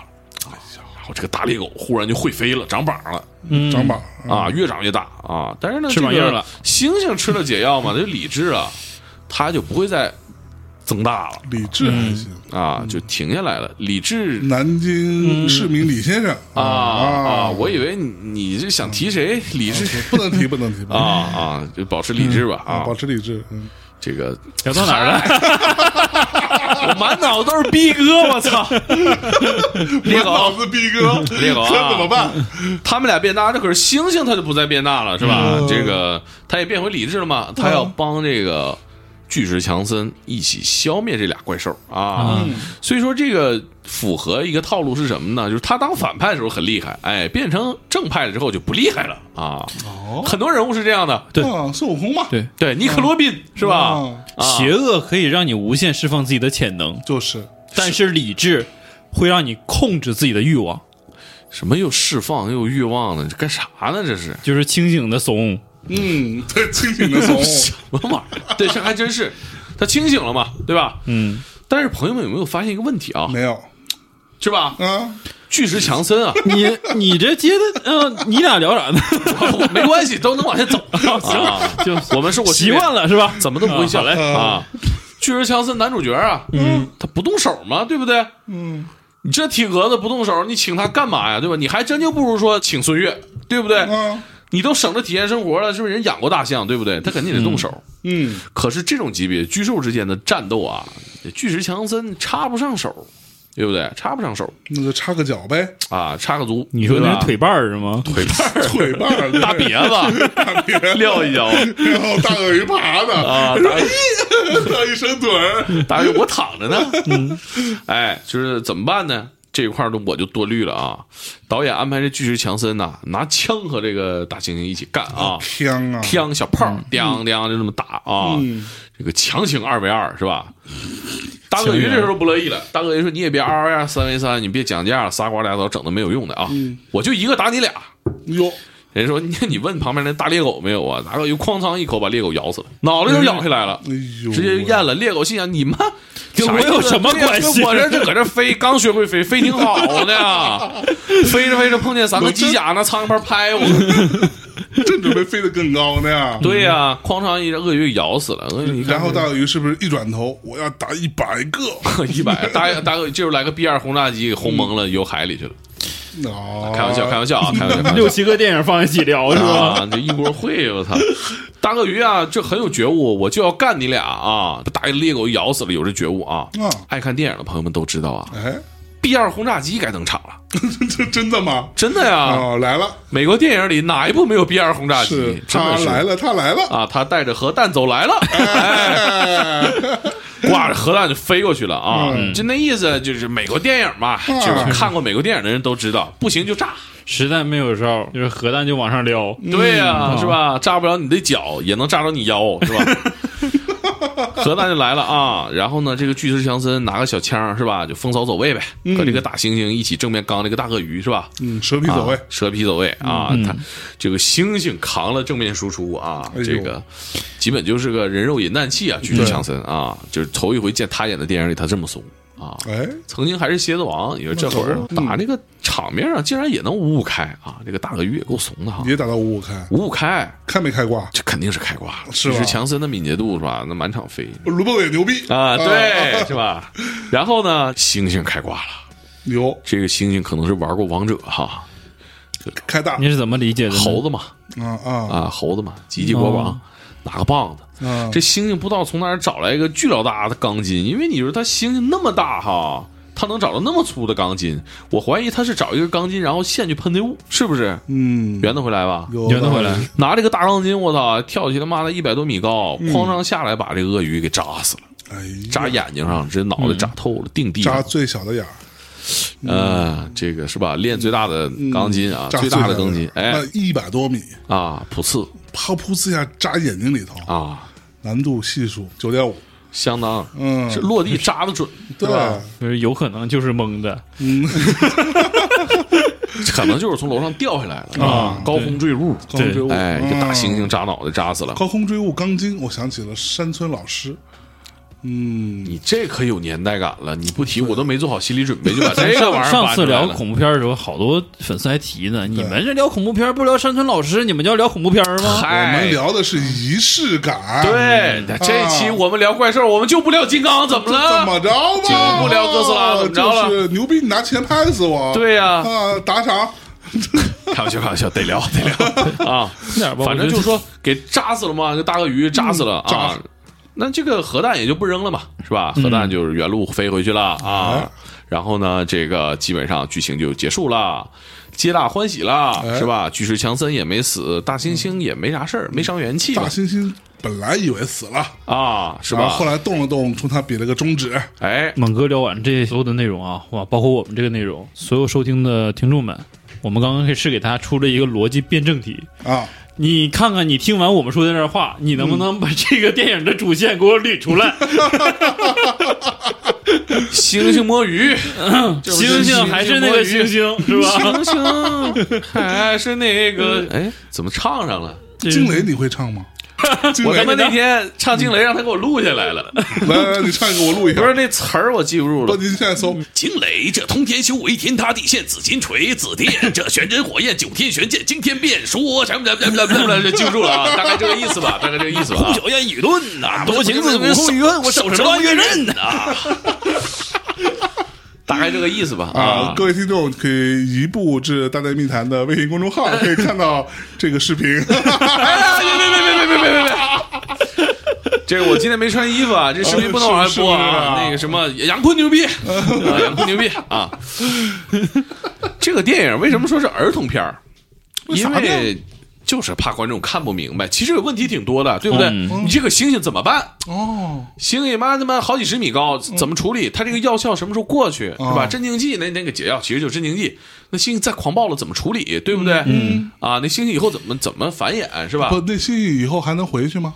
哎
啊然后这个大猎狗忽然就会飞了，长膀了
嗯，
长膀，
啊，越长越大啊！但是呢，
翅膀
这个
硬了
猩猩吃了解药嘛，它就理智啊，它就不会再增大了
李志还行，
啊，就停下来了，理智。
南京市民李先生
啊啊！
嗯啊，
我以为你你是想提谁？理智
不能提，不能提，不
啊
能
啊，就保持理智吧
提
啊！
保持理智，嗯，
这个
聊到哪儿
[laughs]
了？
我满脑子都是逼哥，我操！猎
脑
狗，
子逼 [laughs] 哥，
猎狗啊
这怎么办？
他们俩变大，那可是猩猩，它就不再变大了，是吧？
嗯
这个他也变回理智了嘛，他要帮这个巨石强森一起消灭这俩怪兽啊。所以说，这个符合一个套路是什么呢？就是他当反派的时候很厉害，哎，变成正派了之后就不厉害了啊。
哦，
很多人物是这样的，
对
啊，孙悟空嘛，
对，
对，尼克罗宾是吧？
啊
啊
邪恶可以让你无限释放自己的潜能，
就是
但是理智会让你控制自己的欲望，
什么又释放又欲望呢？这干啥呢？这是。 [laughs]
就是清醒的怂。
嗯，对，清醒的怂，
什么玩意儿？对，这还真是，他清醒了嘛，对吧？
嗯，
但是朋友们有没有发现一个问题啊？
没有
是吧？
啊，
巨石强森啊，
你你这接的，嗯、
呃
你俩聊啥呢？
没关系，都能往前走。啊、
[laughs] 就
我们是我
习惯了是吧？
怎么都不会笑
啊好嘞
啊。巨石强森男主角啊，嗯，他不动手嘛，对不对？嗯，你这体格子不动手，你请他干嘛呀？对吧？你还真就不如说请孙越，对不对？
啊，
你都省着体验生活了，是不是？人养过大象，对不对？他肯定得动手。
嗯，
可是这种级别巨兽之间的战斗啊，巨石强森插不上手，对不对？插不上手
那就插个脚呗，
啊，插个足，
你说
对
那
吧
是腿绊儿是吗？
腿绊儿
[laughs] 腿绊儿，
大
对
瘪子 [laughs]
大瘪，
撂一脚
然后大鳄鱼爬的
啊，
大一伸腿儿，
大约我躺着
嗯
呢，哎，就是怎么办呢？这一块儿呢，我就多虑了啊！导演安排这巨石强森呐、拿枪和这个大猩猩一起干啊，
天啊，
枪小炮，
嗯
叮叮就这么打啊！这个强行二 v 二是吧？大鳄鱼这时候不乐意了，大鳄鱼说：“你也别嗷嗷呀，三 v 三，你别讲价了，仨瓜俩枣整的没有用的啊！
嗯
我就一个打你俩。
哟，”
人家说：“你 [laughs] 你问旁边那大猎狗没有啊？”大鳄鱼哐当一口把猎狗咬死了，脑
嗯
袋就咬下来了，
哎呦，
直接就咽了。猎狗心想：“你妈！”
跟我有什么关系
跟啊我这这搁这飞，刚学会飞，飞挺
[laughs]
好的呀。飞着飞着碰见三个机甲呢，苍蝇拍拍我，
正准备飞得更高呢。
对呀，哐当一只鳄鱼咬死了，鳄鱼
然后大鳄鱼是不是一转头，我要打一百个？[laughs]
一百大大鳄就是来个 B 二轰炸机给轰蒙了，游海里去了。
哦，
[laughs] 开玩笑，开玩
[laughs]
笑啊，开玩笑，开玩笑
[laughs] 六七个电影放一起聊是吧？
啊，这一锅烩，我操！大鳄鱼啊，这很有觉悟，我就要干你俩啊！把大猎狗咬死了，有这觉悟啊！
啊，
爱看电影的朋友们都知道啊
哎，
，B 二轰炸机该登场了，
这真的吗？
真的呀！
哦，来了，
美国电影里哪一部没有 B 二轰炸机
是？
真
他
的是
来了，他来了。
啊，他带着核弹走来
[laughs]
了，哎挂着核弹就飞过去了啊！就那意思，就是美国电影嘛，
嗯
就是看过美国电影的人都知道，不行就炸。
[laughs] 实在没有招，就是核弹就往上撩。
嗯
对呀、是吧？炸不了你的脚，也能炸着你腰，是吧？ [laughs] 核弹就来了啊！然后呢，这个巨石强森拿个小枪，是吧？就风骚走位呗，和这个大猩猩一起正面刚这个大鳄鱼，是吧？
[laughs] 嗯，蛇皮走位嗯
啊，蛇皮走位啊！他这个猩猩扛了正面输出啊，
哎呦
这个基本就是个人肉引弹器啊！巨石强森啊，就是头一回见他演的电影里他这么怂啊！
哎，
曾经还是蝎子王，你说这会儿打那个场面上竟然也能五五开啊！这个大鳄鱼也够怂的哈，
也打到五五开，
五五开，
开没开挂？
这肯定是开挂了，
是吧
就是强森的敏捷度是吧？那满场飞
卢布也牛逼
啊，对，是吧？然后呢，猩猩开挂了，
牛
这个猩猩可能是玩过王者哈，
开大
你是怎么理解的呢？
猴子嘛
啊啊
啊，猴子嘛，吉吉国王
嗯哦
拿个棒子。
啊！
这猩猩不知道从哪儿找来一个巨老大的钢筋，因为你说它猩猩那么大哈，它能找到那么粗的钢筋，我怀疑它是找一根钢筋然后线去喷那雾，是不是？
嗯，
圆得回来吧？
有
圆得回来，
拿这个大钢筋，我操，跳起他妈的一百多米高，
嗯
哐当下来把这鳄鱼给扎死了。
哎呀，
扎眼睛上，直接脑袋扎透了，定地
嗯扎
上。
最小的眼儿，
啊呃，这个是吧？练最大的钢筋啊，
嗯扎
最大的钢
最
筋，
小的眼
哎
儿那一百多米，
啊，普刺
啪噗呲一下扎眼睛里头，
啊，
难度系数九点五，
相当
嗯，
是落地扎的准，啊
对吧？
就是有可能就是蒙的，
可能就是从楼上掉下来了啊，高空坠入，
高空追物，
哎，一个大猩
嗯
猩扎脑袋扎死了。
高空追物钢筋，我想起了山村老师，
你这可有年代感了，你不提我都没做好心理准备就把这个玩意儿
上
搬出
次
来
聊
了。
恐怖片的时候，好多粉丝还提呢，你们这聊恐怖片不聊山村老师，你们叫聊恐怖片吗？
我们
嗨，
聊的是仪式感，
哎对，那嗯这期我们聊怪兽，我们就不聊金刚，怎么
这怎
了？
么着吧？
进不了哥斯拉怎么着
就
了
是牛逼，你拿钱拍死我！
对呀，
啊，打赏，
开玩笑，开玩笑，得聊，得聊 [laughs] 啊。
那点吧，
反正
我觉
就
得
是说给扎死了嘛，这大鳄鱼扎死了
嗯扎
啊
死。嗯
那这个核弹也就不扔了嘛，是吧？核弹就是原路飞回去了啊
哎。
然后呢，这个基本上剧情就结束了，皆大欢喜了，
哎嗯
是吧？巨石强森也没死，大猩猩也没啥事儿，没伤元气
大
吧
猩猩本来以为死了，
啊，是
然后
吧
后？来动了动，冲他比了个中指，
哎，
猛哥聊完这所有的内容啊，哇，包括我们这个内容，所有收听的听众们，我们刚刚是给大家出了一个逻辑辩证题。
啊，
你看看，你听完我们说的这话，你能不能把这个电影的主线给我捋出 [laughs] 来？
[laughs] 猩猩摸 [laughs] 鱼，
星星还是那个星星是 [laughs] 吧？
猩猩还是那个，哎，怎么唱上了？
惊雷你会唱吗？惊
我
雷
他，妈那天唱惊雷，让他给我录下来了。
[laughs] 来来来，你唱一个，我录一下
不。是那词儿我记不住
不，
了。
您现在搜，
惊雷，这通天修为，天塌地陷，紫金锤，紫电，这玄真火焰，九天玄剑，惊天变，说什么什么什么什么，这记不住了啊，大概这个意思吧，大概这个意思吧。
小燕语论呐，
多情自古空余恨，我手持乱月刃啊，大概这个意思吧
啊
啊，。
各位听众可以移步至大内密谈的微信公众号，可以看到这个视频。
哎别别别别别别别别！这个我今天没穿衣服啊，这视频不能往外播啊。那个什么，杨坤牛逼，啊杨坤牛逼啊！这个电影为什么说是儿童片儿？因
啥呢
为就是怕观众看不明白。其实有问题挺多的，对不对？
嗯
你这个猩猩怎么办？
[laughs] 哦，
猩猩妈他妈好几十米高，怎么处理？它这个药效什么时候过去，是吧？
啊
镇静剂那那个解药其实就是镇静剂。那猩猩再狂暴了怎么处理，对不对？啊，那猩猩以后怎么怎么繁衍是吧？
不，那星星以后还能回去吗？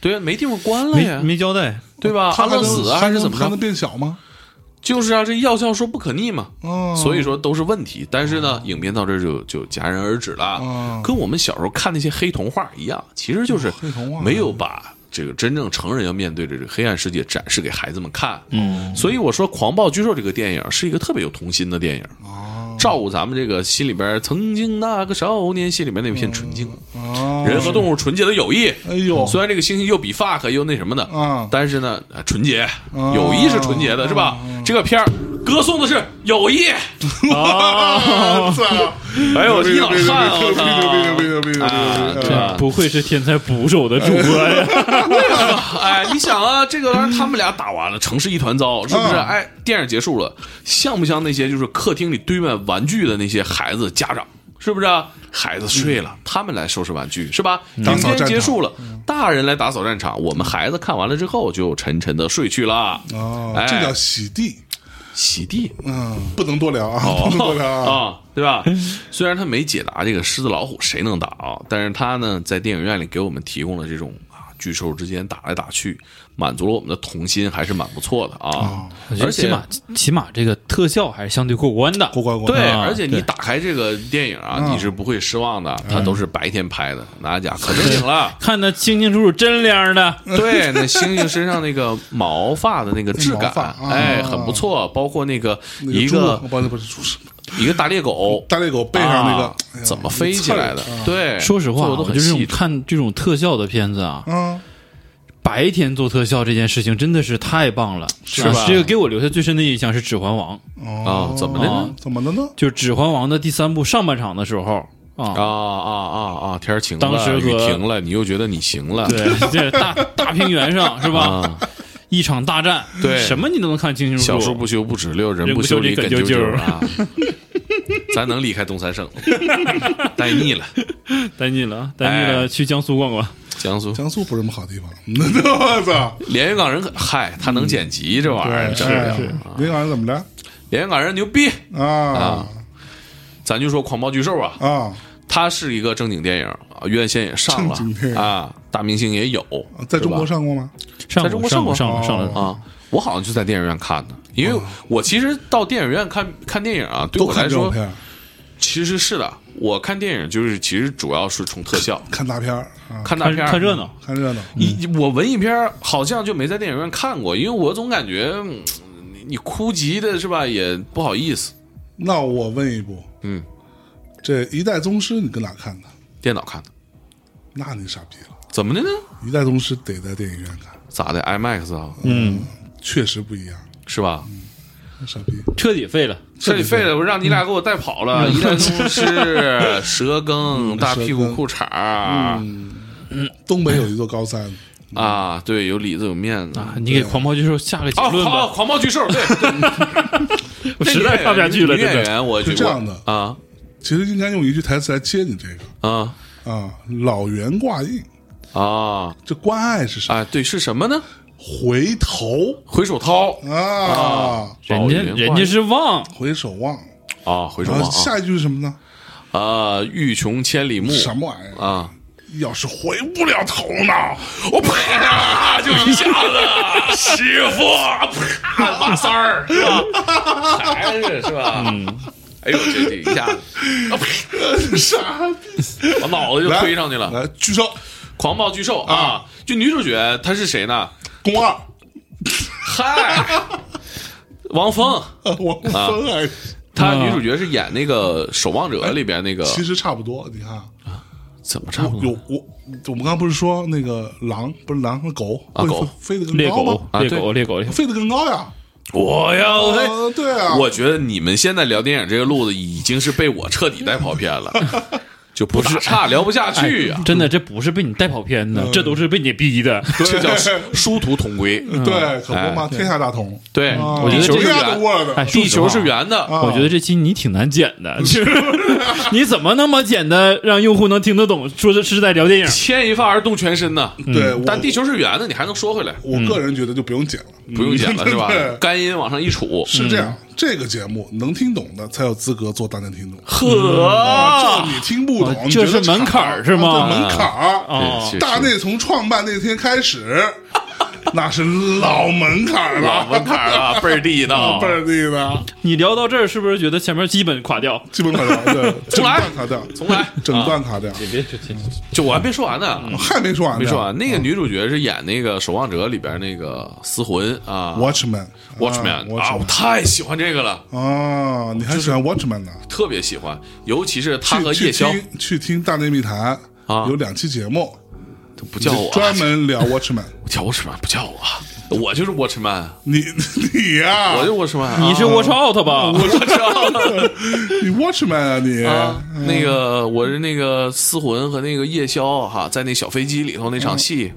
对啊，没地方关了
没
呀，
没交代，
对吧？
它
安
还
乐
能
死啊，
还
还
能
是怎么
还能
着？
变小吗？
就是啊，这药效说不可逆嘛，
哦，
所以说都是问题。但是
嗯
呢，影片到这儿就就戛然而止了
哦，
跟我们小时候看那些黑童话一样，其实就是
黑童嗯话
没有把。这个真正成人要面对的这个黑暗世界展示给孩子们看，嗯，所以我说《狂暴巨兽》这个电影是一个特别有童心的电影，
哦
照顾咱们这个心里边曾经那个少年心里边那片纯净，
哦，
人和动物纯洁的友谊。
哎呦，
虽然这个星星又比 fuck 又那什么的，
嗯
但是呢，啊纯洁，友谊是纯洁的，是吧？这个片儿歌颂的是友谊，
[laughs] 我操！
哎呦，我一脑汗啊！
牛
我
逼牛逼牛逼牛逼牛逼牛逼
操
牛逼！
啊
呃
对啊
不愧是天才捕手的主播呀！
哎，你想啊，这个玩意儿他们俩打完了，城市一团糟，是不是？
嗯
哎，电影结束了，像不像那些就是客厅里堆满玩具的那些孩子家长？是不是啊？孩子睡了，他们来收拾玩具，是吧？
打
影
扫
片
战场
结束了，大人来打扫战场，我们孩子看完了之后就沉沉的睡去了。
哦
哎，
这叫洗地。
洗地
嗯，不能多聊啊，不 [laughs] 能多聊
啊、
啊。
对吧？虽然他没解答这个狮子老虎谁能打啊，但是他呢在电影院里给我们提供了这种啊巨兽之间打来打去，满足了我们的童心，还是蛮不错的
哦
啊。而且
起码起码这个特效还是相对过关的，
过关过
对，
关。
啊
而且你
对。
打开这个电影啊，
嗯
你是不会失望的，它都是白天拍的，拿家可正经了
[laughs]
看得清清楚楚，真亮的。
对，那猩猩身上那个毛发的那个质
毛
感
发啊，
哎，很不错。包括那个
那
一
猪啊
个
我帮你不是猪是
一个大猎狗，
大猎狗 [laughs] 背上那
啊
个哎呀
怎么飞起来的
刺儿？啊
对，
说实
做
话，
得
我
都很
就是
细致
看这种特效的片子啊，
嗯，
白天做特效这件事情真的是太棒了，是
吧
这个给我留下最深的印象是《指环王》，
哦
啊，怎么的
呢
怎么的呢？
就是《指环王》的第三部上半场的时候啊。
啊啊啊啊！天儿晴了，
当时
雨
和
停了，你又觉得你行了，
对， [laughs] 这大大平原上是吧？
啊，
一场大战，
对
什么你都能看清清楚
小
楚。
树不修不直溜，人
人
不
不
修
修
理
理
梗
梗
啾
啾
啾
啾
啊！ [laughs] 咱能离开东三省
[laughs]
吗，待腻了，
带你了，带你
哎
了，去江苏逛逛。
江苏
江苏不是什么好地 [laughs] 方，我
[laughs]
操！
连云港人可，嗨，他能剪辑这玩意儿，
对，
这
哎
样
林港人怎么着
连云港人牛逼。
啊
咱就说《狂暴巨兽》啊，
啊？
它是一个正经电影，啊院线也上了
正经电影
啊，大明星也有，
啊在中国
是吧
上过吗？
上
在中国
上
上
上
过
了上了，
啊。我好像就在电影院看的，因为我其实到电影院看看电影啊，
哦
对
都
我来
看这种
说
片儿，
其实是的。我看电影就是其实主要是冲特效，
看大片儿啊，
看大
看
片儿
看热闹。
看热闹。
一我文艺片儿好像就没在电影院看过，因为我总感觉嗯你你哭急的是吧，也不好意思。
那我问一步，
嗯，
这《一代宗师》你搁哪看的？
电脑看的，
那你傻逼了，
怎么的呢？
《一代宗师》得在电影院看，
咋的？IMAX 啊，
嗯，
确实不一样，
是吧？
傻逼。
彻底废了。
彻底废了，我让你俩给我带跑
嗯
了。一代宗
[laughs]
师、蛇羹、大屁股裤衩儿
东北有一座高山，
啊，对，有里子有面子。
啊！你给狂暴巨兽下个结
哦，
论
好，
吧，
狂暴巨兽，
[laughs]
对，
我
对
实在看不下去了，
女演
真的。
员，我
是这样的
我啊
其实应该用一句台词来接你这个
啊
啊，老猿挂印。
啊
这关爱是啥？
啊！对，是什么呢？
回头
回手掏
啊，
人家人家是望，
回首望。
啊，回手
然
望
后下一句是什么呢？
啊啊，欲穷千里目
什么玩意儿？
啊！
要是回不了头呢？我啪！
啊，就一下子，师傅，啪，马三儿是吧？还是是吧？哎呦，这这一下子，啊啪
傻逼！
我脑子就推上去了。
来，举手，
狂暴巨兽啊，就女主角她是谁呢？
宫二，
嗨，王峰，
[laughs] 我分爱，
她女主角是演那个《守望者》里边那个，
其实差不多。你看啊，
怎么差不
我
多
有我，我们刚刚不是说那个狼不是狼和狗
啊
会
狗
飞得更
猎
高
狗
吗？
啊
猎
对
狗猎狗，猎狗
飞得更高呀！
我呀，我在
啊，对啊，
哦哎我觉得你们现在聊电影这个路子已经是被我彻底带跑
[laughs]
偏了，就不是差聊不下去
哎
啊，
真的这不是被你带跑偏的，这都是被你逼的。
这叫殊殊途同归。
[laughs] 对，可不嘛，天下大同。
对，
啊
我觉
地
得
球
这
是
天下都
圆，
握着
哎
的，
说
地
实
球
话
是圆的。
啊
我觉得这期你挺难剪的，就是你怎么那么剪的让用户能听得懂？说这是在聊电影，
牵一发而动全身呢，
嗯对，我
嗯但地球是圆的，你还能说回来，
我个人觉得就不用剪了，？
嗯不用剪了是吧
[laughs]
嗯
对
干音往上一杵，
是这样，这个节目能听懂的才有资格做大内听众。
嗯呵
啊，就你听不懂，
啊
哦
你觉得
这是门槛儿
吵
是吗
啊对门槛儿。
对
哦
是
大内从创办那天开
[laughs]
始，那是老门槛儿
老
了，
门槛儿
[laughs]
了，倍儿地道
嗯倍。儿地的，
你聊到这儿是不是觉得前面基本垮掉？
基本卡掉，对，
[laughs]
整
重来
段卡掉，
重来，
整
啊
段卡掉，
别这这
就我还没说完呢，
还没说完呢，
没说完。那个女主角是演那个《守望者》里边那个司魂啊
Watchman。
Watchman 啊，
嗯
我
Watchman
太喜欢这个了，
哦，你还喜欢 Watchman 呢？
特别喜欢，尤其是他和
去
夜
去
宵
听去听大内密谈
啊
有两期节目
这不叫我，啊
专门聊 Watchman。
[laughs] 叫 Watchman 不叫我，啊我就是 Watchman，
你你呀、
我就 Watchman，啊
你是 watch out 吧？
我知道。
[laughs] 你 Watchman 啊你
啊，那个我是那个思魂和那个夜宵啊哈，在那小飞机里头那
嗯
场戏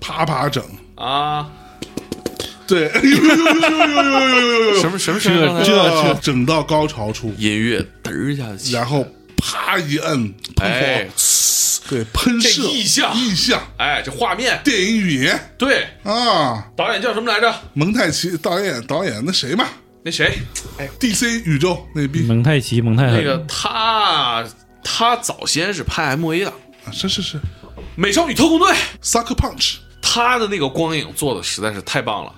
啪啪整，
啊，
对， [laughs] 哎呦呦呦呦呦呦呦呦呦，
什么什么什么
这
这整到高潮处，
音乐嘚儿一下起，
然后啪一摁，喷
哎
火，对，喷射
这意象
意象，
哎，这画面
电影语言
对，
啊，
导演叫什么来着？
蒙太奇导演导演那谁嘛
那谁，
，DC 宇宙那逼，
嗯
蒙太奇，蒙太
哎
那个他他早先是拍 MV 的《
啊是是是
美少女特工队》，
，Sucker Punch
他的那个光影做的实在是太棒了。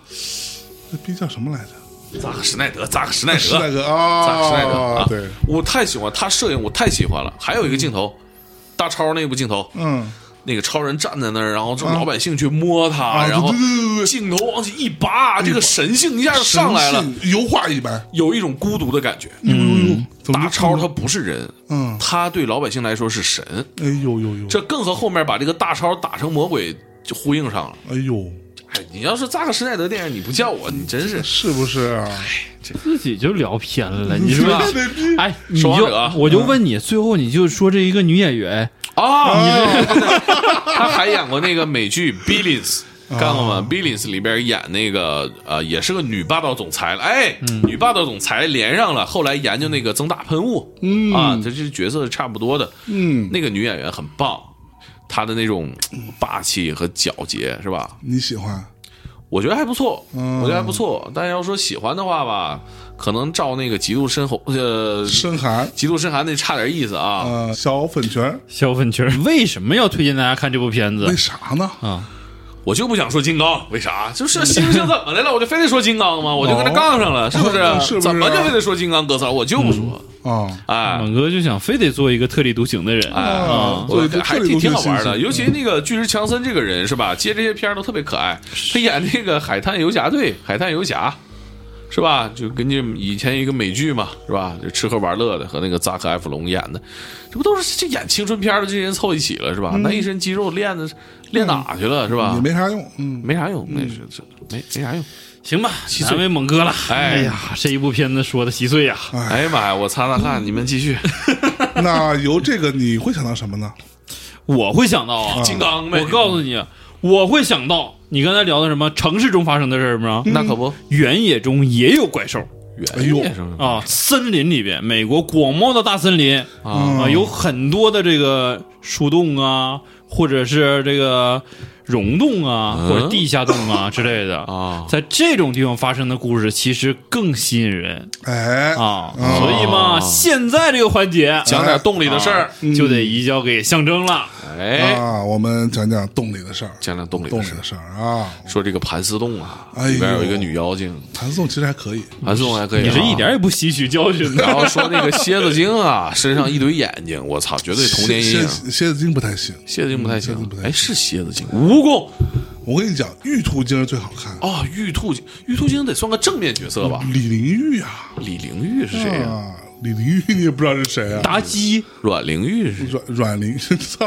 那逼叫什么来着？
扎克施耐德，扎克施耐
是 [laughs] 那
德，
个
扎克施耐德
啊，
啊！
哦对，
我太喜欢他摄影，我太喜欢了。还有一个镜头，大超那部镜头，
嗯，
那个超人站在那儿，然后这老百姓去摸他，
啊
然后
对对对对哎
镜头往起一拔，这个神性一下就上来了，
神性嗯油画一般，
有一种孤独的感觉。
呦呦
嗯
呦，总之
大超他不是人，
嗯
他对老百姓来说是神，
哎呦呦呦，
这更和后面把这个大超打成魔鬼就呼应上了。
哎呦，
哎，你要是扎克施耐德电影，你不叫我，你真是
是不是 [laughs] 啊？
自己就聊偏了，你说
那
嗯
逼
哎，你
守望
就
者啊
我就问你，最后你就说这一个女演员，
啊！他还演过那个美剧《Billions》，看过吗？《Billions》里边演那个呃，也是个女霸道总裁了。哎，女霸道总裁连上了，后来研究那个增大喷雾，嗯啊，这这角色是差不多的。
嗯，
那个女演员很棒，她的那种霸气和皎洁是吧？
你喜欢？
我觉得还不错，
嗯
我觉得还不错。但要说喜欢的话吧，可能照那个《极度深喉》呃，《
深寒，
极度深寒》那差点意思啊。
呃，小粉裙儿，
小粉裙儿为什么要推荐大家看这部片子
为啥呢？
啊？
我就不想说金刚，为啥？
嗯
就是新星怎么的了？我就非得说金刚吗？我就跟他杠上了，是不是？
哦是不是
怎么就非得说金刚哥仨？我就不说，
啊，
哎
猛哥就想非得做一个特立独行的人，
哎
啊，
我
所以就
还
特
挺
别
挺
多
好
信
玩
嗯
的。
息
尤其那个巨石强森这个人是吧？接这些片儿都特别可爱。他演那个《海滩游侠队》，《海滩游侠》是吧？就根据以前一个美剧嘛，是吧？就吃喝玩乐的和那个扎克·埃弗隆演的，这不都是这演青春片儿的这些人凑一起了是吧？那一身肌肉练的练哪去了是吧
也？没啥用，嗯嗯，
[laughs] 没啥用，那是这没没啥用。
行吧，
碎
难为猛哥了。
嗯
哎
哎呀，这一部片子说的稀碎呀，
哎呀妈呀！我擦擦汗，你们继续。
那由这个你会想到什么呢？
我会想到啊，
金刚呗，
我告诉你，我会想到你刚才聊的什么城市中发生的事儿吗？
那可不，
原野中也有怪兽
哎
原
呦
野生
啊，森林里边，美国广袤的大森林
啊，
啊，有很多的这个树洞啊，或者是这个溶洞啊，
嗯
或者地下洞啊之类的
啊
在这种地方发生的故事，其实更吸引人
哎，
啊。
嗯
所以嘛，现在这个环节啊
讲点洞里的事儿，
就得移交给象征了。
哎，
啊，我们讲讲洞里的事儿，
讲点洞里
洞
的
里
事儿
的。事儿啊，
说这个盘丝洞啊，
哎呦
里边有一个女妖精，
谭颂其实还可以，
盘丝洞还可以。啊
你这一点。也不吸取教训
[laughs]
然
呢。
后说那个蝎子精啊，身上一堆眼睛，我操，绝对童年阴
蝎
影。
蝎蝎子精不太行，
蝎子精不太
[laughs]
行
蝎子不，太行
哎，是蝎子精，蜈蚣
我跟你讲，玉兔精是最好看，
啊，玉兔精，玉兔精得算个正面角色吧？
李玲玉啊，
李玲玉是谁呀？
啊，李玲玉你也不知道是谁啊，
妲己
阮玲玉是谁？
阮阮
[laughs]
玲，操，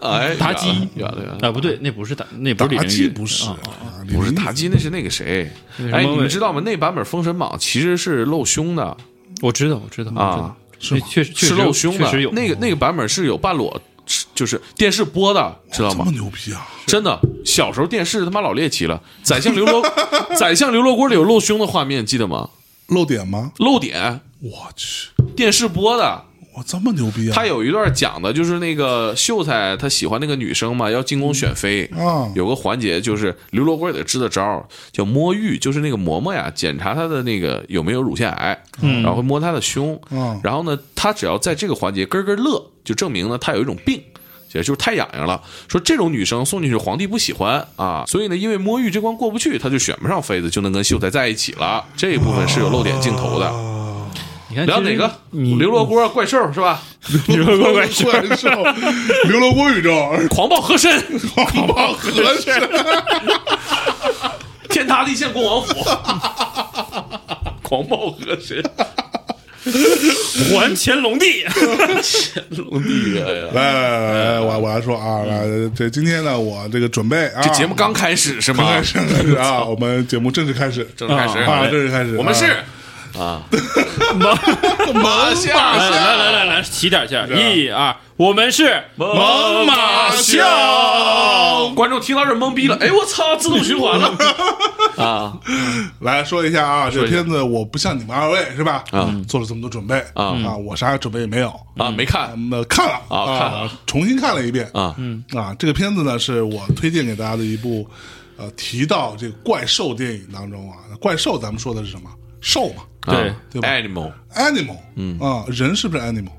哎，
妲己
远了远了。
啊，不对，那不是妲，那不是李
妲
玲
己
玉，
不是
啊
啊，
不
李
是
玲玉
妲己，那是那个谁？
什么
哎，你
伟
们知道吗？那版本《封神榜》其实是露胸的
我知道，我知道
啊，
我知道
是吗
确实
是
确实
露胸的
确实有。
那个那个版本是有半裸，是就是电视播的，知道
这
吗
么？牛逼啊，
真的，小时候电视他妈老猎奇了，《宰相刘罗》 [laughs] 《宰相刘罗锅》里有露胸的画面，记得吗？
露点吗？
露点，
我去，
电视播的。
我这么牛逼啊！
他有一段讲的就是那个秀才，他喜欢那个女生嘛，要进宫选妃。嗯
啊，
有个环节就是刘罗锅也得支的招儿叫摸玉，就是那个嬷嬷呀，检查她的那个有没有乳腺癌，然后会摸她的胸，
嗯
然后呢，她只要在这个环节咯咯乐，就证明呢她有一种病。也就是太痒痒了，说这种女生送进去皇帝不喜欢啊，所以呢，因为摸玉这关过不去，她就选不上妃子，就能跟秀才在一起了。这一部分是有露点镜头的。
你看
聊
其
哪
实
个？
你
刘罗锅怪兽是吧？
刘罗锅怪兽
怪兽，刘罗锅宇宙，
[laughs] 狂暴和珅，
狂暴和
[laughs]
珅，
天塌地陷恭王府，狂暴和珅。
还乾隆帝。
龙帝呀！
来来来来哎来，我我来说啊，来这今天呢，我这个准备啊，
嗯这节目刚开始是
[laughs]
吗？
开始开始啊，我们节目正式开始，
正式开始，
啊，正式开始，
我们是
啊
啊，
[laughs] 蒙
马
来
下
来来来来，起点线，一二，我们是
猛犸象
象。
观众听到这懵逼了，哎，我操，自动循环了 [laughs] 啊
来说一下啊，这
一下
片子我不像你们二位是吧？
啊，
做了这么多准备
啊
啊，我啥准备也没有。
啊！没看
那看了
啊看
啊，重新看了一遍
啊，
啊，这个片子呢是我推荐给大家的一部，呃，提到这个怪兽电影当中啊，怪兽咱们说的是什么？兽嘛
对
啊
对吧
，Animal
，animal，嗯啊，人是不是 animal？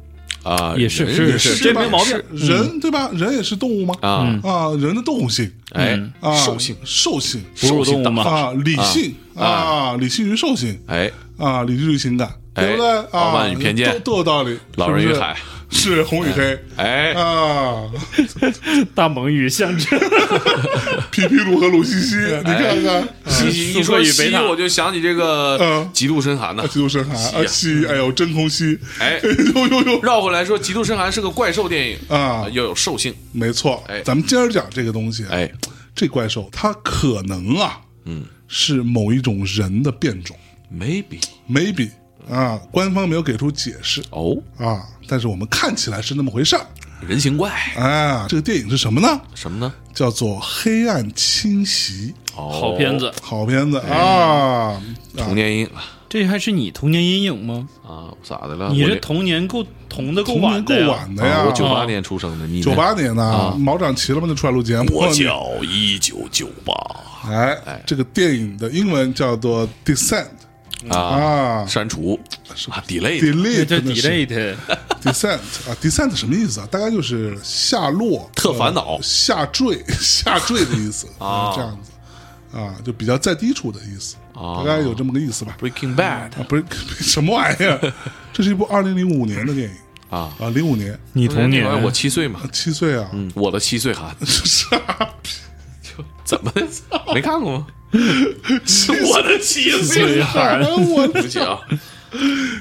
啊，
也是
人
是
也
是
吧
这没毛病
是人对吧？人也是动物吗？
啊，
啊，人的动物性
哎，
啊，
兽性，
兽性
哺乳动物嘛，
啊，理性啊，理性与兽性
哎，
啊，理智与情感，
哎
对不对？啊，
傲慢与偏
都
见
都有道理。
老人与海
是不是是红与黑。
哎，
啊，
大蒙语象征。
皮皮鲁和鲁西西，
哎
你看看，
西西，一说
苏克与
西
贝，塔
我就想起这个
嗯
极度深寒呢
[laughs] 啊，。基督深寒
西
啊，
呀
西，哎呦，真空吸，
哎
呦呦呦，
绕回来说，《极度深寒》是个怪兽电影
啊
要有兽性。
[laughs] 没错
哎，
咱们今儿讲这个东西，啊
哎，
这怪兽它可能啊，嗯，是某一种人的变种
maybe
，maybe 啊，官方没有给出解释
哦，
啊，但是我们看起来是那么回事儿
人形怪
啊。这个电影是什么呢？
什么呢？
叫做《黑暗侵袭
哦，
好片，子，》，
好片子啊
童
啊，
年阴影
这还是你童年阴影吗？
啊，咋的了？
你
我
这童年够童的够
童年
晚
够
的呀，
晚的
啊
呀，
我九八年出生的，你
九八年呢
啊，
毛长齐了吗？就出来录节目，
我叫一九九八
哎，这个电影的英文叫做 Descent
啊，
啊
删除啊，delay
，delete
那叫
真的是
delete，
descent 啊，descent 什么意思啊？大概就是下落、
特烦恼
呃下坠、 [laughs] 下坠的意思
[laughs] 啊
这样子啊，就比较在低处的意思，
啊
大概有这么个意思吧。
Breaking Bad
啊，不是 [laughs] 什么玩意儿，这是一部二零零五年的电影
啊，
啊，零五年
你童年
那会儿我七岁嘛，
七岁啊，
嗯，我的七岁寒
[laughs] 是啊，
怎么没看 [laughs] 过吗？我的七岁寒，
哎我
对不 [laughs] 起啊，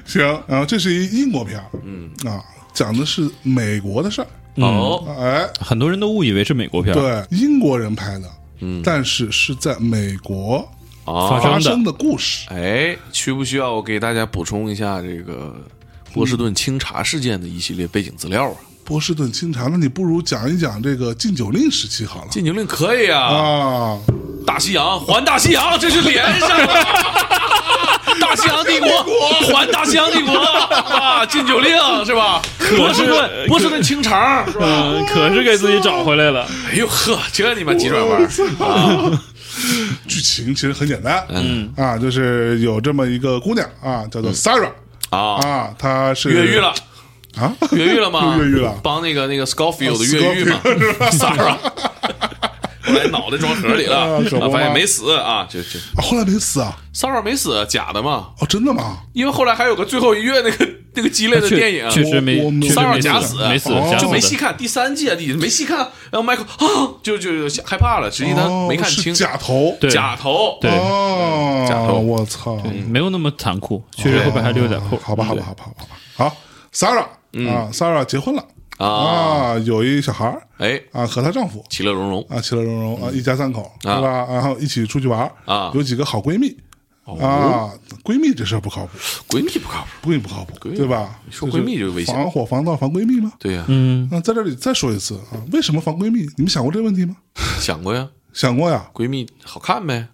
行，然后这是一英国片儿，嗯啊，讲的是美国的事儿，
嗯
哦，
哎，
很多人都误以为是美国片儿，
对，英国人拍的，嗯，但是是在美国
啊
发，生的
发生的故事。
哎，需不需要我给大家补充一下这个波士顿清查事件的一系列背景资料啊？
波士顿清查，那你不如讲一讲这个禁酒令时期好了
禁酒令可以啊，
啊，
大西洋还大西洋，这是连上了。大西洋帝国还大西洋帝国啊！禁酒令是吧？波士顿波士顿清肠是吧？
嗯，可是给自己找回来了。
哎呦呵，这你妈急转弯啊！
剧情其实很简单，嗯啊，就是有这么一个姑娘啊，叫做 Sarah
啊，
啊，她是
越狱了
啊，
越狱了吗？
又越狱了
帮那个那个 Scofield 越狱嘛，Sarah。后来脑袋装盒里了，
啊可不嘛
啊发现没死啊！这这
啊后来没死啊，
Sarah 没死，假的嘛？
哦，真的吗？
因为后来还有个最后一月那个那个鸡肋的
确
啊电影，
确实没
我我，
确
骚
实
扰
没
假
死
死，
没死，
哦
假死
啊就
的
没细看第三季啊，你没细看，然后 Michael 啊，就就就害怕了，实际他
哦
没看清
是，假头，
对
假头，
对
哦，
假头
我操，
没有那么残酷，确实后边还留有点嗯
啊
扣。
好吧，好吧，好吧，好吧，好吧好，Sarah 啊，Sarah 结婚了
嗯啊，
啊，有一小孩儿
哎，
啊，和她丈夫
其乐融融
啊，其乐融融啊，一家三口对
啊
吧？然后一起出去玩儿
啊哦
有几个好闺蜜啊，闺蜜这事儿不靠谱，
闺蜜不靠谱，
闺蜜不靠谱，
蜜
对吧？
说闺蜜就危险
防火防盗防闺蜜吗？
对呀，
嗯，
那在这里再说一次啊，为什么防闺蜜？你们想过这个问题吗？
想过呀，
想过呀，
闺蜜好看呗，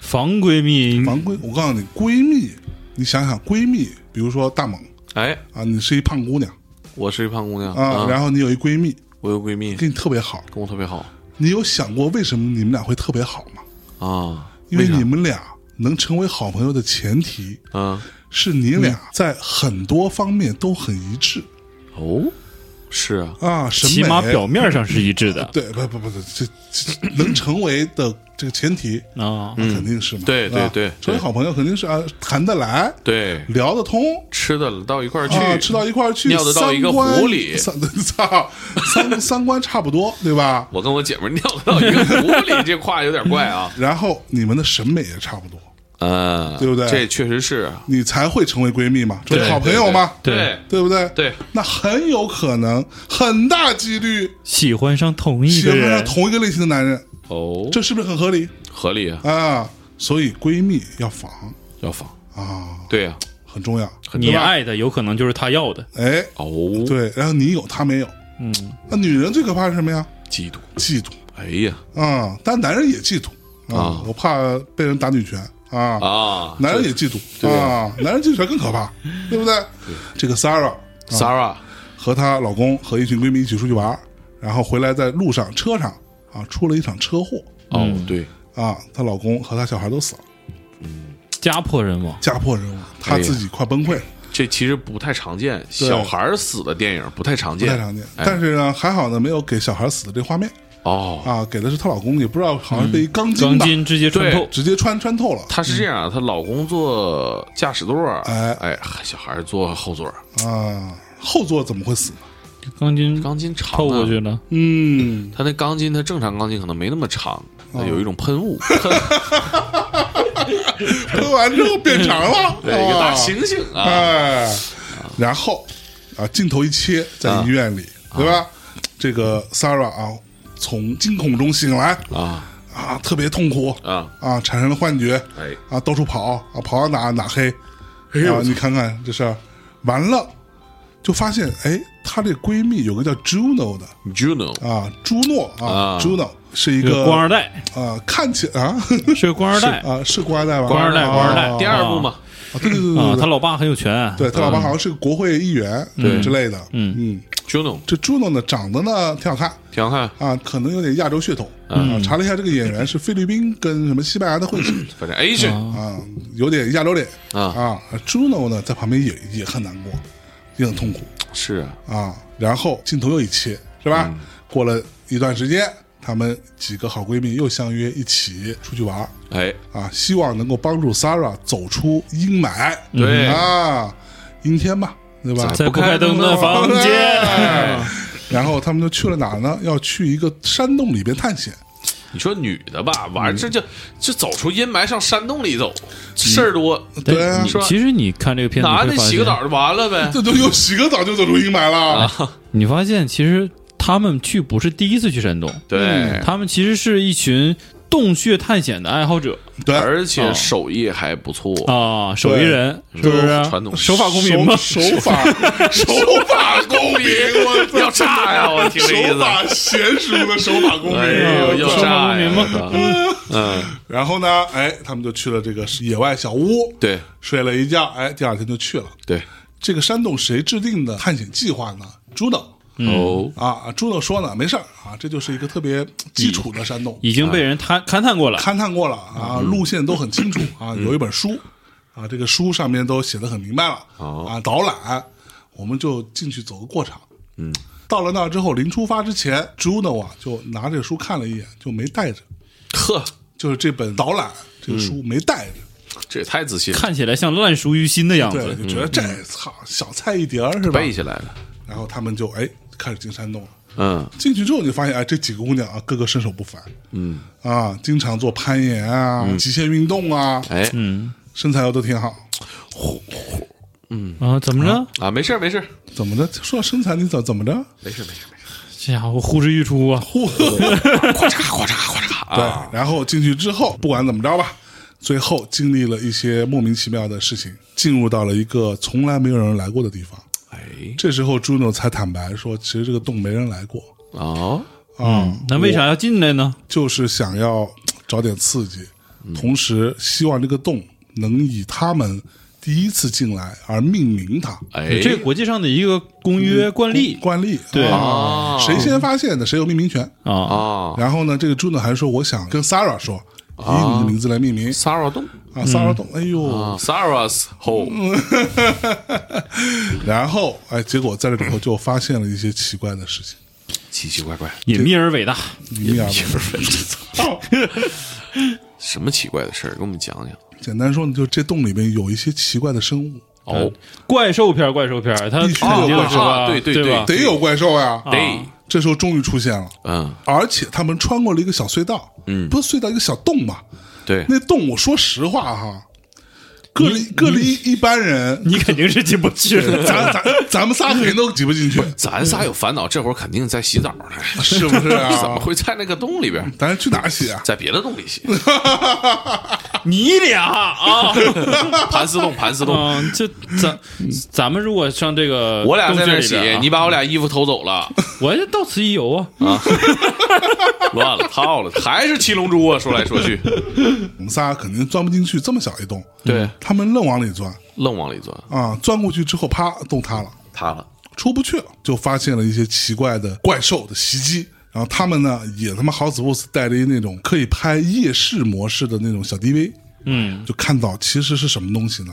防闺
嗯
蜜
防闺，我告诉你，闺蜜，你想想闺蜜，比如说大猛
哎，
啊，你是一胖姑娘
我是一胖姑娘
啊，然后你有一闺蜜
我有闺蜜
跟你特别好，
跟我特别好
你有想过为什么你们俩会特别好吗？
啊，
因为
啥
你们俩能成为好朋友的前提
嗯，
是你俩在很多方面都很一致
哦，是啊，
啊，审美
起码表面上是一致 [laughs] 的
对不不不不，这这能成为的这个前提，
啊。
那肯定是嘛，
嗯对对
啊
对
成为好朋友肯定是啊，谈得来，
对，
聊得通。
吃的到一块儿
啊，
去，
吃到一块儿去，
尿得到一个
三观
壶里
三 [laughs] 操，三 [laughs] 三观差不多，对吧？[laughs]
我跟我姐们儿尿到一个壶里，这话有点怪啊
然后你们的审美也差不多，
嗯，
对不对
这确实是，
你才会成为闺蜜嘛，成为
对
好朋友嘛，
对
对
对不对？
对，
那很有可能，很大几率
喜欢上同一
喜
个
欢上
人，
同一个类型的男人，
哦，
这是不是很合理
合理啊，
啊？所以闺蜜要防
要放，
啊，
对呀，
很重要。
很
你
重要
爱的有可能就是他要的，
哎，
哦，
对，然后你有他没有，
嗯，
那女人最可怕是什么呀？
嫉妒，
嫉妒
哎呀
啊，但男人也嫉妒啊
啊，
我怕被人打女拳啊，
啊，
男人也嫉妒啊，男人嫉妒起来更可怕，对不对？这个 Sarah
这
啊
Sarah
和她老公和一群闺蜜一起出去玩，然后回来在路上车上啊出了一场车祸
哦，对，
啊，她老公和她小孩都死了，
家破人亡，
家破人亡，她自己快崩溃了，
这其实不太常见，小孩儿死的电影不太常
不
见，
太常见。
哎
但是呢，还好呢，没有给小孩死的这画面
哦，
啊，给的是她老公，也不知道好像被一钢筋
钢
吧，
筋直接穿透，
直接穿穿透了
她是这样啊，她老公坐驾驶座儿，
嗯哎
哎，小孩儿坐后座儿，
啊。后座怎么会死呢？
钢筋
钢筋长啊
透过去了，
[laughs] 嗯，
他那钢筋，他正常钢筋可能没那么长，
哦
它有一种喷
[laughs]
雾，
喷完之后变长了，
对，一个大
啊
猩猩啊，
哎，然后啊，镜头一切在医院里，对吧？这个 Sarah 啊，从惊恐中醒来
啊
啊，特别痛苦
啊，
啊，产生了幻觉
哎，
啊，到处跑啊，跑到哪哪黑，
哎
啊，你看看这事儿，完了就发现哎，她这闺蜜有个叫 Juno 的
Juno
啊，朱诺啊
啊
，Juno 是一
这个
个
官二代，
啊，看起啊
[laughs] 是个官二代
啊是官二代吧？
官二代
啊
官二代
啊
第二部嘛，
对对对对
啊
对，，
他老爸很有权，
对他老爸好像是个国会议员对之类的，
嗯
嗯，
，Juno
这朱诺呢长得呢挺好看
挺好看，
啊，可能有点亚洲血统
嗯
啊。查了一下，这个演员是菲律宾跟什么西班牙的混血
反正 Asian
啊，有点亚洲脸
嗯啊，
啊。朱诺呢在旁边也也很难过，也很痛苦
是啊，
啊。然后镜头又一切，是
嗯
吧？过了一段时间，她们几个好闺蜜又相约一起出去玩儿
哎，
啊，希望能够帮助 Sarah 走出阴霾。
对
啊，阴天吧，对吧？
在不开灯的房间，
哎然后他们就去了哪儿呢？要去一个山洞里边探险。
你说女的吧，
嗯
完这就就走出阴霾上山洞里走，事儿多，
对啊
你
说
其实你看这个片子，
男的
会发
洗
现
个澡就完了呗，
这都有洗个澡就走出阴霾了，
你发现其实他们去不是第一次去山东，
对，
他们其实是一群洞穴探险的爱好者
对，
而
哦
且手艺还不错，
啊，手艺人是
对
不是？
传统
守法公民嘛，
手手法
[laughs]
手法公民，我操
要炸呀！我听这意
手
思，
法娴熟的手法公
哎
民啊
呦，
我
要
操。
炸呀！
手法
我操嗯，
然后呢，哎，他们就去了这个野外小屋，
对
睡了一觉，哎，第二天就去了。
对，
这个山洞谁制定的探险计划呢？朱导
哦，
啊，朱导说呢，没事儿啊，这就是一个特别基础的山洞，
已经被人探勘探过了。
勘探过了啊，路线都很清楚啊，有一本书啊，这个书上面都写的很明白了
哦
啊，导览，我们就进去走个过场。嗯，到了那儿之后，临出发之前，Juno 啊就拿这书看了一眼，就没带着，
呵，
就是这本导览这个书没带着，
这也太自信了，
看起来像烂熟于心的样
哦对，嗯
子，
就觉得这操小菜一碟儿是吧？
背起来了。
然后他们就哎开始进山洞了。
嗯，
进去之后，你就发现，哎，这几个姑娘啊，个个身手不凡，嗯，啊，经常做攀岩啊、极限运动啊，
哎，
身材又都挺好，
啊，怎么着？
啊，没事儿没事儿
怎么着？说到身材，你怎怎么着？
没事儿没事儿没事
这家伙呼之欲出啊！
儿，咔嚓咔嚓咔嚓
对
啊，，
然后进去之后，不管怎么着吧，最后经历了一些莫名其妙的事情，进入到了一个从来没有人来过的地方。
哎，
这时候，Juno 才坦白说，其实这个洞没人来过
哦，
啊，
那为啥要进来呢？
就是想要嘖找点刺激，
嗯
同时希望这个洞能以他们第一次进来而命名它。
哎，
这国际上的一个公约惯例
惯例
对
啊，谁先发现的谁有命名权。
啊，
啊
然后呢，这个 Juno 还说，我想跟 Sarah 说，
啊
以你的名字来命名
，Sarah 洞
啊，Sarah 洞，哎呦，
啊，Sarah's home，
然后哎，结果在这里头就发现了一些奇怪的事情，
奇奇怪怪，
隐秘而伟大。
嗯
一面
[laughs]
操！
什么奇怪的事儿，给我们讲讲。
简单说呢，就这洞里面有一些奇怪的生物，
哦，
怪兽片儿，怪兽片儿，他
必须
肯定
有
是吧？
啊对对
对
对
吧？
得有怪兽呀、
对，啊
这时候终于出现了，
嗯，
而且他们穿过了一个小隧道，嗯，不是隧道一个小洞嘛？
对，
那洞我说实话哈，各各离一般人，
你肯定是进不去
嗯
的。
咱咱咱们仨肯定都挤不进去，
咱仨有烦恼，这会儿肯定在洗澡呢，
是不是
怎么
啊？
[laughs] 会在那个洞里边？
咱去哪儿洗啊？
在别的洞里 [laughs] 洗，
你俩啊，
盘丝洞，盘丝洞。
嗯，这咱咱们如果上这个
我俩在那儿
儿
洗，你把我俩衣服偷走 [laughs] 了，
啊我就到此一游啊。
乱了套了，还是七龙珠啊！说来说 [laughs] 去，
我们仨肯定钻不进去这么小一洞，
对，
他们愣往里钻
愣往里钻，
啊，钻过去之后，啪，洞塌了。
塌了。
出不去了，就发现了一些奇怪的怪兽的袭击。然后他们呢，也他妈好死不死带着一那种可以拍夜视模式的那种小 DV，
嗯，
就看到其实是什么东西呢？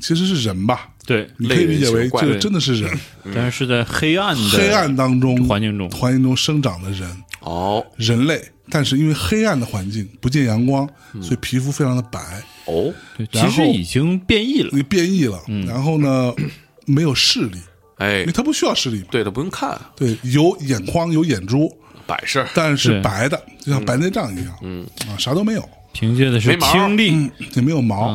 其实是人吧，
对，
你可以理解
类
为
人形怪
这
人
个真的是人，
但是在黑暗的
黑暗当中
环境中
环境中生长的人，
哦
人类。但是因为黑暗的环境不见阳光，
嗯
所以皮肤非常的白，
哦，
对其
然
实
后
已经变异了。
你变异了。
嗯
然后呢，没有视力，
哎
因为，他不需要视力嘛。
对的，不用看，
对，有眼眶，有眼珠，
摆设儿。
但是
对
白的，就像白内障一样，嗯啊，啥都没有，
凭借的是
没毛
听力，
嗯，也没有毛，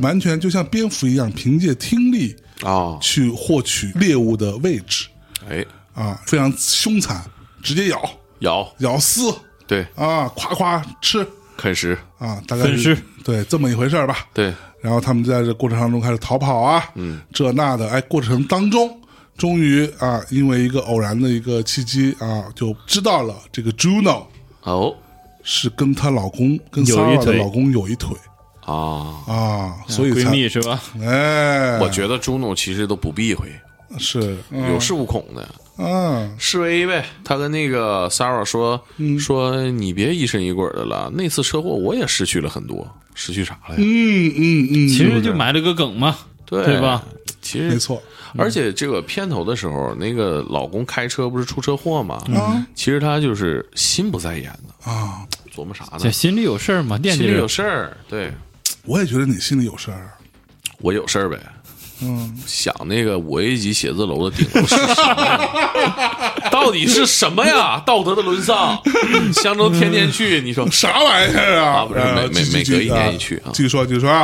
完全就像蝙蝠一样，凭借听力
哦，
去获取猎物的位置
哎，
啊，非常凶残，直接咬，
咬，
咬撕
对，
啊，夸夸吃
啃食，
啊，大概
分
是
尸
对这么一回事儿吧。
对，
然后他们在这过程当中开始逃跑啊，嗯，这那的，哎，过程当中。终于啊，因为一个偶然的一个契机啊，就知道了这个 Juno
哦，
是跟她老公跟
有一
Sarah 的
腿
老公有一腿
啊，
啊，所以
闺
才
蜜是吧？
哎，
我觉得朱诺其实都不避讳，
是
有恃无恐的
嗯，
示威呗。他跟那个 Sarah 说
嗯
说你别疑神疑鬼的了，那次车祸我也失去了很多，失去啥了呀？
嗯嗯嗯，
其实就埋了个梗嘛，
对
对吧？嗯
其实
没错，
而且这个片头的时候，那个老公开车不是出车祸吗？
嗯哦
其实他就是心不在焉的
啊，
琢磨啥
这
呢？
心里有事儿嘛，惦
心
记
里
着
有。事儿，对
我也觉得你心里有事儿，
我有事儿呗。嗯，想那个五 A 级写字楼的顶楼是什么呀？
[laughs]
到底是什么呀？道德的沦丧，乡中天天去，你说
啥玩意儿
啊
啊？
不是
呃
每
继
每
续
每隔一年一去啊
继续说，继续说啊。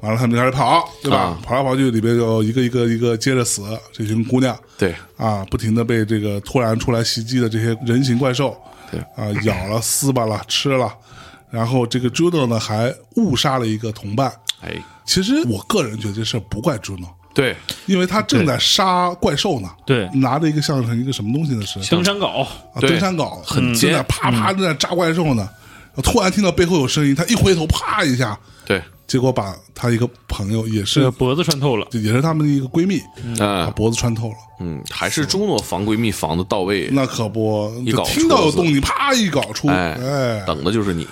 完了，他们就开始跑，对吧
啊？
跑来跑去，里边就一个一个一个接着死，这群姑娘
对
啊，不停的被这个突然出来袭击的这些人形怪兽，
对
啊，咬了、撕巴了、吃了，然后这个 Juno 呢还误杀了一个同伴。
哎，
其实我个人觉得这事儿不怪 Juno，
对，
因为他正在杀怪兽呢，
对
拿着一个像是一个什么东西呢？是
登山镐，
啊，
对
登山镐，
很
正
尖嗯
在啪啪正在扎怪兽呢，突然听到背后有声音，他一回头，啪一下，
对，
结果把他一个朋友，也
这
是
个脖子穿透了。。
也是他们的一个闺蜜，把
嗯
脖子穿透了，
嗯，还是朱诺防闺蜜防的到位，
那可不，
一
就
搞
听到有
出子
动静，啪一搞出，
哎
哎，
等的就是你，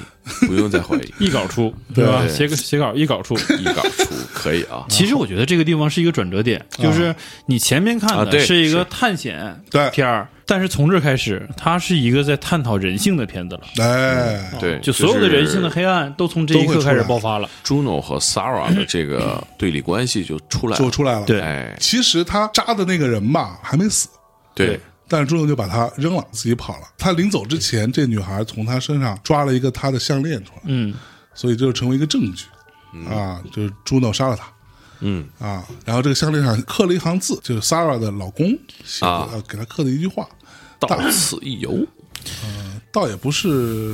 不用再怀疑
一稿出，对吧？
对
写个写稿一稿出。
一稿出可以啊，
[laughs] 其实我觉得这个地方是一个转折点，就是你前面看
啊
的
对
是一个
是
探险
对
片儿，但是从这开始，它是一个在探讨人性的片子了。
哎，
对，
啊就所有的
是
人性的黑暗都从这一
都会
刻
出
开始
来
爆发了。
Juno 和 Sarah 的这个
嗯
对立关系就出来
就
了。
出来了。
对
哎，
其实他扎的那个人吧，还没死。
对，
但是朱诺就把他扔了，自己跑了。他临走之前，这女孩从他身上抓了一个他的项链出来，
嗯，
所以这就成为一个证据、啊，就是朱诺杀了他。
嗯
啊，然后这个项链上刻了一行字，就是 Sarah 的老公写的，
啊
呃给他刻的一句话，
到此一游，
倒也不是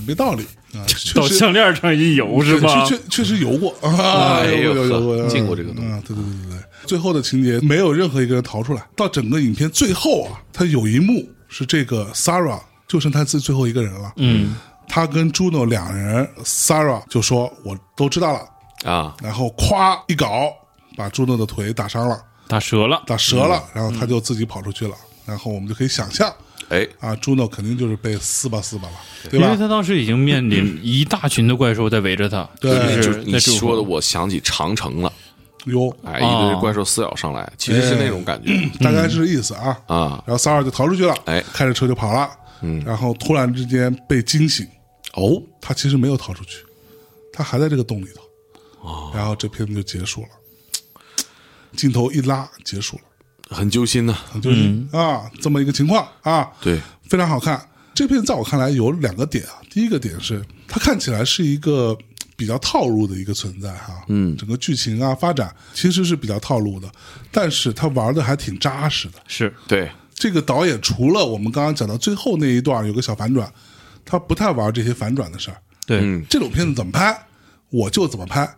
没道理
[laughs]
啊，确
到
实
项链上一游是吧？
确确确实游过啊，
哎
游
呦
过
呵
游过，游
见过这个东西
啊，对对对对对。最后的情节没有任何一个人逃出来，到整个影片最后啊，他有一幕是这个 Sarah 就剩他自己最后一个人了，
嗯，
他跟 Juno 两人，Sarah 就说我都知道了，
啊，
然后咵一搞把 Juno 的腿打伤了，
打折了。
打折了，
嗯
然后他就自己跑出去了，然后我们就可以想象。
哎，
啊，Juno 肯定就是被撕吧撕吧了，对
因为
吧？
他当时已经面临一大群的怪兽在围着他，
对
就
就
是是你
在哎祝福
说的，我想起长城了，
哟，
哎，
啊
一堆怪兽撕咬上来，其实是那种感觉
哎
大概是这意思啊。
[clears throat]
啊，
然后 Sarah 就逃出去了，
哎
开着车就跑了，嗯，然后突然之间被惊醒，
哦，
他其实没有逃出去，他还在这个洞里头，哦，然后这片子就结束了，镜头一拉结束了，
很揪心呐，
很就是、啊这么一个情况啊，
[clears throat]
对，
非常好看。这片在我看来有两个点啊，第一个点是它看起来是一个比较套路的一个存在哈、嗯，整个剧情啊发展其实是比较套路的，但是他玩的还挺扎实的。
是
对，
这个导演除了我们刚刚讲到最后那一段有个小反转，他不太玩这些反转的事儿。
对，
这种片子怎么拍，我就怎么拍，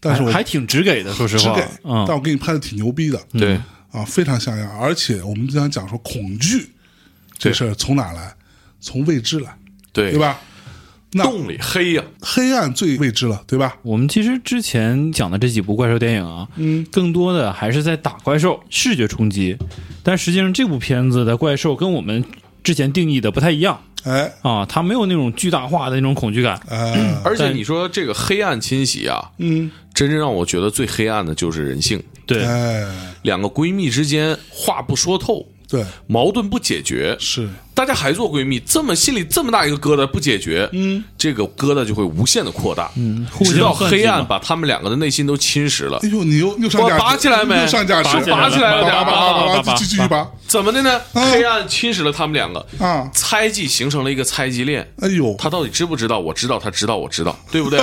但是我
嗯哎还还挺直给的，说实
只
话
给，，
嗯
但，我给你拍的挺牛逼的。
对，
啊，非常像样。而且我们经常讲说，恐惧这事儿从哪来？从未知来，
对
对？吧？那
洞里黑呀，
黑暗最未知了，对吧？
我们其实之前讲的这几部怪兽电影啊，嗯，更多的还是在打怪兽，视觉冲击。但实际上，这部片子的怪兽跟我们之前定义的不太一样
哎，
啊，它没有那种巨大化的那种恐惧感。
呃，
而且
但
你说这个黑暗侵袭啊，
嗯，
真正让我觉得最黑暗的就是人性。
对，
哎，
两个闺蜜之间话不说透，
对，
矛盾不解决，
是，
大家还做闺蜜，这么心里这么大一个疙瘩不解决，嗯，这个疙瘩就会无限的扩大，嗯，
互相
直到
算计
黑暗
嘛嗯
把他们两个的内心都侵蚀了
哎。呦，你又又上
我
价值，
拔起来没
又上价值，
拔起来了拔起来了
拔拔拔拔
拔
拔
拔
拔，继继续拔
怎么的呢？
嗯
黑暗侵蚀了他们两个，
啊！
猜忌形成了一个猜忌链。
哎呦，
他到底知不知道？我知道，他知道，我
[laughs]
知道，对不对？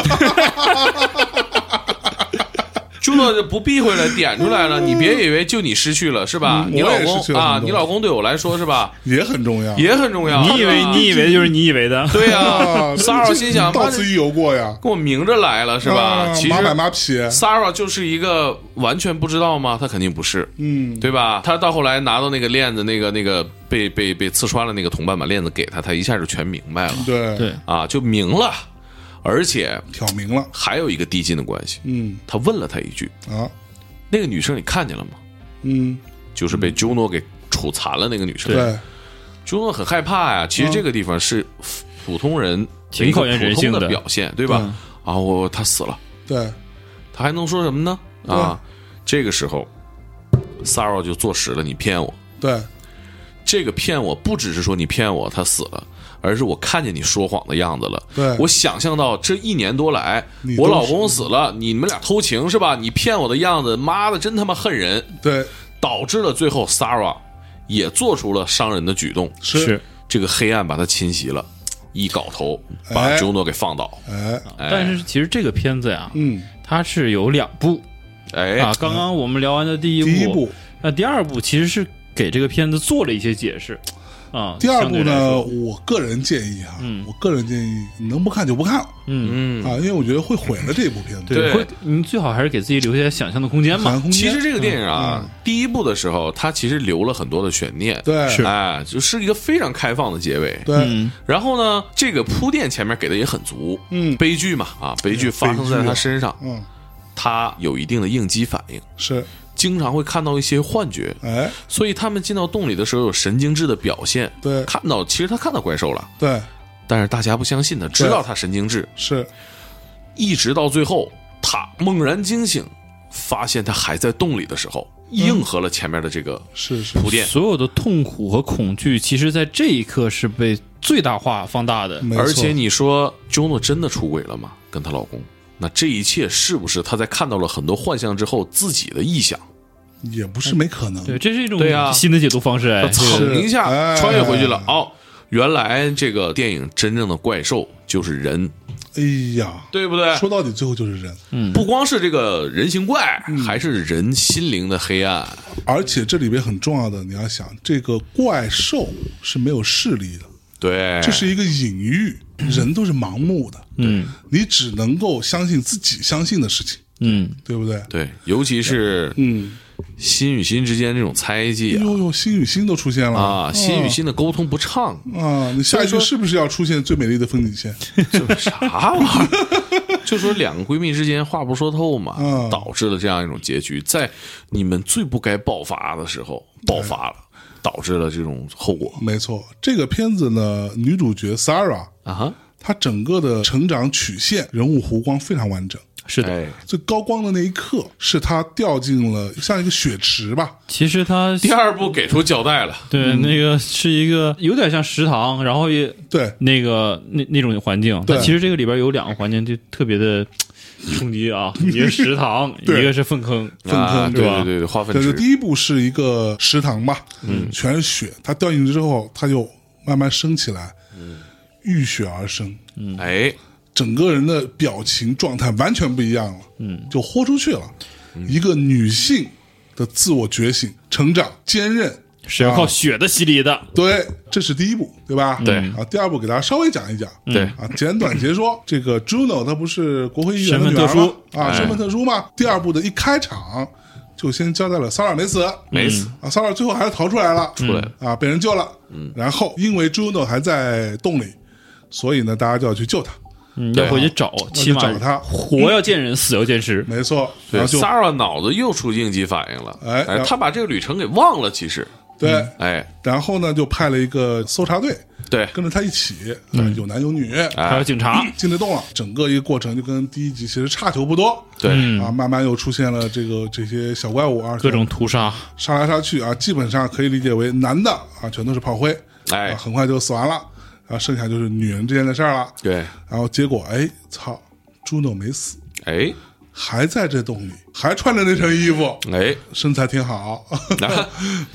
朱乐不避讳了，点出
[laughs]
来了。你别以为就你失去了是吧？
嗯
你
我
老
也失去了很
公啊，
多
你老公对我来说是吧，
也很重要，
也很重要。
你以为
是吧
你以为就是你以为的，
[laughs] 对 [laughs]
[laughs]
呀
啊，
？Sara 心想，
到
妈
此一游过呀，
跟我明着来了是吧？
啊
其实
马买马匹，
Sara 就是一个完全不知道吗？他肯定不是，
嗯，
对吧？他到后来拿到那个链子，那个那个被被被刺穿了那个同伴把链子给他，他一下就全明白了
对，
对
啊，就明了。而且
挑明了，
还有一个递进的关系，
嗯
他问了他一句
啊，：“
那个女生你看见了吗
嗯，？”
就是被 Juno 给处残了那个女生。
对，
Juno 很害怕呀。其实
嗯
这个地方是普通人
挺
一个
考验人
普通
性的
表现，对吧？啊，我他死了，
对，
他还能说什么呢？啊，这个时候 Sarah 就坐实了，你骗我。
对，
这个骗我不只是说你骗我他死了，而是我看见你说谎的样子了。
对
我想象到这一年多来
嗯你，都
我老公死了，你们俩偷情是吧？你骗我的样子，妈的，真他妈恨人，
对，
导致了最后 Sarah 也做出了伤人的举动，
[laughs] 是。
这个黑暗把他侵袭了，一镐头把
哎
Juno 给放倒。
哎，
哎
但是其实这个片子呀，
嗯，
它是有两部
哎
啊。，刚刚我们聊完的第一部，
第一部，
那第二部其实是给这个片子做了一些解释啊。
第二部
相对来
呢，
说，
我个人建议啊，我个人建议能不看就不看了、
嗯，
嗯，
啊，因为我觉得会毁了这部片子。
对
会你最好还是给自己留下想象的空间
反
嘛。
空
其
间
实这个电影啊，第一部的时候，它其实留了很多的悬念，
嗯对
是
哎，就是一个非常开放的结尾。
对、
嗯，
然后呢，这个铺垫前面给的也很足，
嗯
悲剧嘛，啊，悲剧发生在他身上，
嗯，
他有一定的应激反应，
是，
经常会看到一些幻觉，
哎，
所以他们进到洞里的时候有神经质的表现，
对
看到其实他看到怪兽了，
对，
但是大家不相信他，知道他神经质，
是，
一直到最后他猛然惊醒，发现他还在洞里的时候，应和了前面的这个
是是，
铺垫，
所有的痛苦和恐惧，其实在这一刻是被最大化放大的。
没错
而且你说 Juno 真的出轨了吗？跟她老公，那这一切是不是她在看到了很多幻象之后自己的臆想？
也不是没可能。
对，这是一种
嗯对啊
新的解读方式。哎，这个
蹭一下
哎
穿越回去了。哦，原来这个电影真正的怪兽就是人，
哎呀，
对不对？
说到底最后就是人，
不光是这个人形怪，还是人心灵的黑暗。
而且这里边很重要的，你要想，这个怪兽是没有视力的，
对，
这是一个隐喻，人都是盲目的，嗯，你只能够相信自己相信的事情，
嗯，
对不对？啊
对，尤其是
嗯，
心与心之间这种猜忌啊
哎呦呦，心与心都出现了
啊，心与心的沟通不畅，
啊！你下一句是不是要出现最美丽的风景线？
这啥玩意儿？就说两个闺蜜之间话不说透嘛，
嗯
导致了这样一种结局，在你们最不该爆发的时候爆发了，导致了这种后果
没错，这个片子呢，女主角 Sarah
啊哈。
她整个的成长曲线、人物弧光非常完整。
是的。
哎，
最高光的那一刻，是她掉进了像一个血池吧？
其实它
第二部给出交代了，
[laughs]
对那个是一个有点像食堂，然后也
对，
那个那那种环境。
对
但其实这个里边有两个环境就特别的冲
[laughs]
击啊，一个食堂，一
对
个是粪坑。
粪坑
啊
对
对
吧
对对，化粪
对，就
池
第一部是一个食堂吧，嗯，全是血，她掉进去之后，她就慢慢升起来，嗯，浴血而生。
哎，
整个人的表情状态完全不一样了，嗯，就豁出去了。一个女性的自我觉醒、成长、坚韧，
是要靠血的洗礼的。
对，这是第一步，对吧？
对嗯
啊，第二步给大家稍微讲一讲，
对
啊，简短截说，这个 Juno 她不是国会议员的
身份
女儿
特
吗
殊？
啊，
哎
身份特殊吗？第二部的一开场就先交代了骚扰没死，
没死，
啊，骚扰最后还是逃出来了，出
来了
啊，被人救了。嗯，然后因为 Juno 还在洞里，所以呢，大家就要去救他。
嗯，要回去找，起码
要去找他
活要见人，死要见尸。
没错，然后
对
就
，Sara 脑子又出应激反应了，
哎然后
他把这个旅程给忘了，其实，
对、
哎，
然后呢，就派了一个搜查队
对，
跟着他一起，啊有男有女，
还有警察，
进得洞了。整个一个过程就跟第一集其实差球不多。
对，
嗯
啊，慢慢又出现了这个这些小怪物啊，
各种屠杀，
杀来杀去啊，基本上可以理解为男的啊全都是炮灰，
哎
啊，很快就死完了，啊，剩下就是女人之间的事儿了。
对，
然后结果哎，操，朱诺没死，
哎，
还在这洞里，还穿着那身衣服，
哎，
身材挺
[laughs]
好
那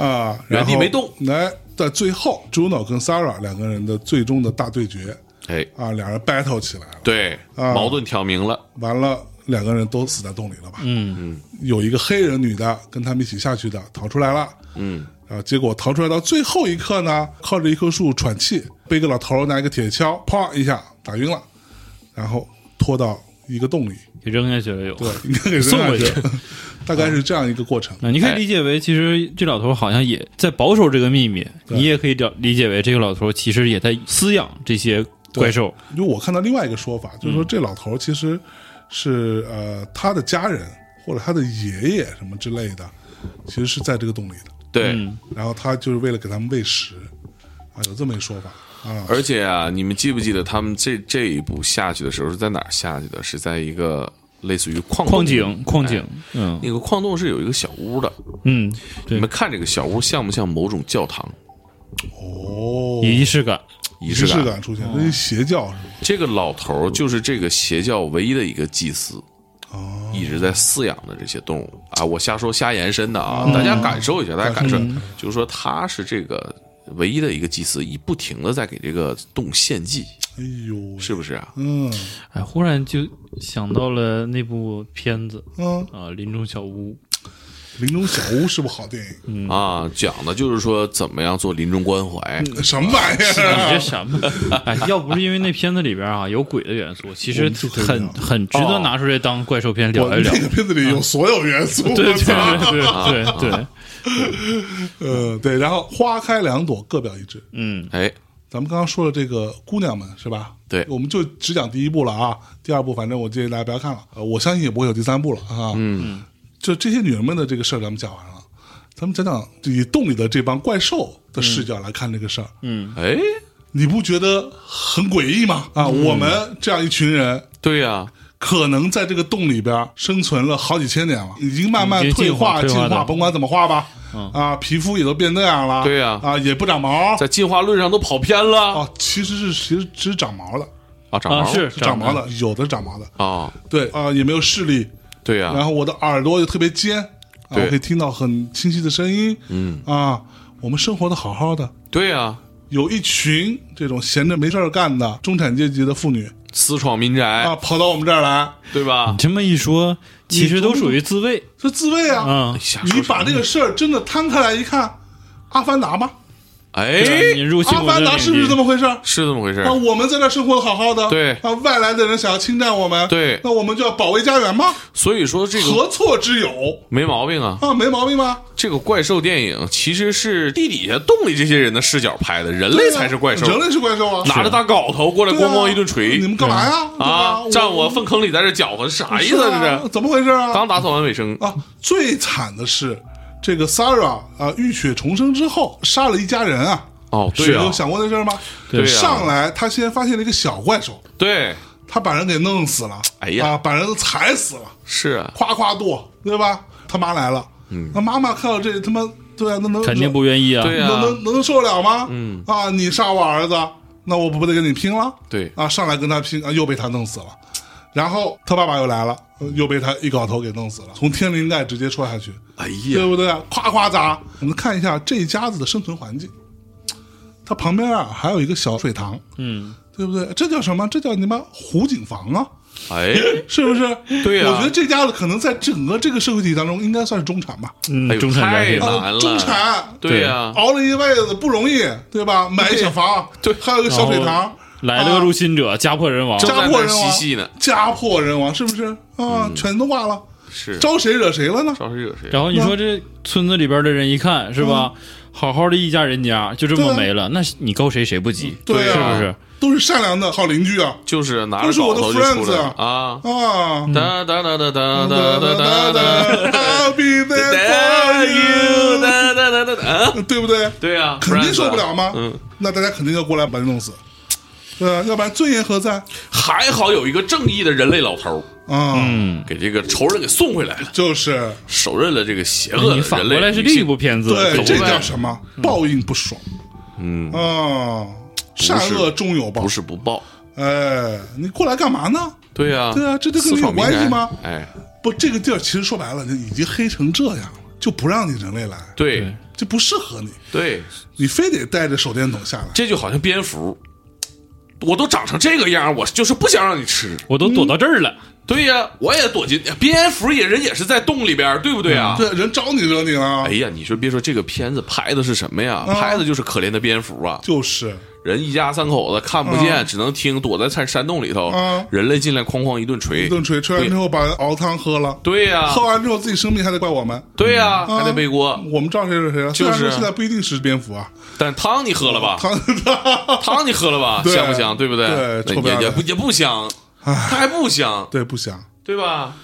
啊，
原
然后
地没动。
来，在最后，朱诺跟 Sara 两个人的最终的大对决
哎，
啊，俩人 battle 起来了，
对，
啊
矛盾挑明了，
完了。两个人都死在洞里了吧？嗯嗯，有一个黑人女的跟他们一起下去的，逃出来了。
嗯，
啊，结果逃出来到最后一刻呢，靠着一棵树喘气，被一个老头儿拿一个铁锹，啪一下打晕了，然后拖到一个洞里，
给扔下去了又。
对，应该给扔
送
下
回去嗯
去， [laughs] 大概是这样一个过程。
那你哎可以理解为，其实这老头好像也在保守这个秘密。
对
你也可以了理解为，这个老头其实也在饲养这些怪兽。
因为我看到另外一个说法，就是
嗯
说这老头儿其实是呃他的家人或者他的爷爷什么之类的，其实是在这个洞里的，
对。
嗯，
然后他就是为了给他们喂食，啊，有这么一说法啊，
而且啊，你们记不记得他们这这一步下去的时候是在哪儿下去的？是在一个类似于矿洞
矿井，矿井，嗯
那个矿洞是有一个小屋的。
嗯，
你
对
们，看这个小屋像不像某种教堂
哦，
有仪式感。哦
仪
仪
式
式
感？
感出现，这是邪教是吗？
这个老头儿就是这个邪教唯一的一个祭司，
哦，
一直在饲养的这些动物啊。我瞎说瞎延伸的
嗯
啊，大家感受一下，大家感受，就是说他是这个唯一的一个祭司，以不停的在给这个动物献祭，
哎呦，
是不是啊？
嗯
哎，忽然就想到了那部片子
嗯，
啊，《林中小屋
林中小屋是部好电影，
啊，讲的就是说怎么样做临终关怀。
什么玩意》。
嗯啊你这
儿？啊
什 [laughs] 么？哎，要不是因为那片子里边啊有鬼的元素，其实
我们就可以
很
聊
很值得拿出来当怪兽片
我
聊一
那
聊。嗯
个片子里有所有元素，
[laughs] 对
我
对
操
[laughs] 对对对对，
呃，对，然后花开两朵，各表一枝。
嗯，
哎，
咱们刚刚说了这个姑娘们是吧？
对
我们就只讲第一部了啊，第二部反正我建议大家不要看了，呃我相信也不会有第三部了啊。嗯，就这些女人们的这个事儿咱们讲完了，咱们讲讲以洞里的这帮怪兽的视角来看这个事儿，
嗯
哎，
你不觉得很诡异吗？啊，
嗯
我们这样一群人。
对呀、
可能在这个洞里边生存了好几千年了，已经慢慢
已经
退
进化
进
退化的嗯
化，甭管怎么化吧，啊，皮肤也都变那样了，
对
呀
呀，
啊，也不长毛，
在进化论上都跑偏了
哦，其实是其实只是长毛了，
啊，长毛
啊
了
是
是长毛
毛
的，有的是长毛的，
啊，
对啊、也没有视力，
对呀、
然后我的耳朵又特别尖，啊，
啊对
我可以听到很清晰的声音，嗯啊，我们生活的好好的，
对呀、
有一群这种闲着没事儿干的中产阶级的妇女
私闯民宅，
啊，跑到我们这儿来，
对吧？
这么一说，其实都属于自卫
这自卫啊，
啊。
哎瞎
你
说什
把
么
这个事儿真的摊开来一看，阿凡达吗？
哎，
对你入侵
阿
我
凡
的
达
领
是不是这
地，
么回事儿？
是这么回事儿
啊，我们在这儿生活的好好的，
对
啊，外来的人想要侵占我们，
对
那我们就要保卫家园吗？
所以说这个
何错之有
没毛病啊。
啊？没毛病吧？
这个怪兽电影其实是地底下洞里这些人的视角拍的，人
对
类
啊
才是怪兽，
人类是怪兽啊！
拿着大镐头过来
对啊
咣咣一顿锤
你们干嘛呀？对
啊，
吧
站我粪坑里在这搅和，啥意
是
思啊
啊
这是？
怎么回事啊？
刚打扫完卫生，
啊，最惨的是这个 Sara 啊，浴血重生之后杀了一家人啊！
哦，
谁
对啊
有，想过这事儿吗？
对啊
上来他先发现了一个小怪兽，
对，
他把人给弄死了，
哎呀
啊，把人都踩死了，
是啊，
夸夸剁，对吧？他妈来了，嗯，那妈妈看到这他妈，对啊，那能
肯定不愿意啊。
对呀
能能能受得了吗？嗯啊，你杀我儿子，那我不得跟你拼了？
对
啊，上来跟他拼啊，又被他弄死了。然后他爸爸又来了，呃又被他一镐头给弄死了，从天灵盖直接戳下去，
哎
对
呀，
不对？啊夸夸砸。我们看一下这一家子的生存环境，他旁边啊还有一个小水塘，
嗯，
对不对？这叫什么？这叫你妈湖景房啊，
哎，
是不是？
[laughs] 对啊呀
我觉得这家子可能在整个这个社会体当中，应该算是中产吧，
嗯
哎呦
中产家
太
庭
难
啊
了
中产，
对呀、
熬了一辈子不容易，对吧？买一小房，
对
还有个小水
然
塘
后，来
啊
了个入侵者，家破人亡，
正
家
在
破
那
人亡
嬉戏呢，嗯
家破人亡，是不是啊？全都挂了，
是
招谁惹谁了呢？
招谁惹谁？
然后你说这村子里边的人一看是吧，好好的一家人家就这么
嗯对啊
没了，那你告谁谁不急？
对
是
啊
不是？
都是善良的好邻居啊
就是拿着
都是
镐
我的
头就出
friends
来了
啊
啊！
啊！
哒哒哒哒哒
哒
哒
哒
哒
哒
哒哒。
哒，I'll be there for
you
you，呃
哒哒哒哒哒，啊
对不对？
对呀，
肯定
friends
受不了吗？
嗯，
那大家肯定要过来把你弄死，对啊，要不然尊严何在
还好有一个正义的人类老头儿
啊？
嗯，
给这个仇人给送回来了，
就是
手刃了这个邪恶的
你反
人类
过来是
女性
另一部片子，
对，
口
这
味
叫什么？报应不爽
嗯，
啊！善恶终有报
不，是不报，
哎，你过来干嘛呢？
对呀，
对啊这就跟
私
你有
闯民
关系
宅
吗
哎，
不，这个地儿其实说白了已经黑成这样了，就不让你人类来，
对
就不适合你，
对，
你非得带着手电筒下来。
这就好像蝙蝠，我都长成这个样儿，我就是不想让你吃。
我都躲到这儿了，
嗯
对呀，我也躲进蝙蝠也人也是在洞里边儿，对不对啊？
嗯对，人招你惹你了
哎，呀，你说别说这个片子拍的是什么呀？
啊
拍的就是可怜的蝙蝠啊！
就是
人一家三口子看不
嗯
见，只能听，躲在山山洞里头
啊。
人类进来哐哐一顿
一
锤，
顿锤，锤完之后把熬汤喝了，
对啊呀，
喝完之后自己生病还得怪我们，
对呀，
啊
还得背锅。
我们知道谁惹谁了。啊虽然
就
说
是
现在不一定是蝙
[laughs]
蝠啊，
但汤你喝了吧？
汤
汤你喝了吧？
对
香不香？对不对？
对臭不
也
要
也
脸
不也不香，它还不香，
对不香，
对吧？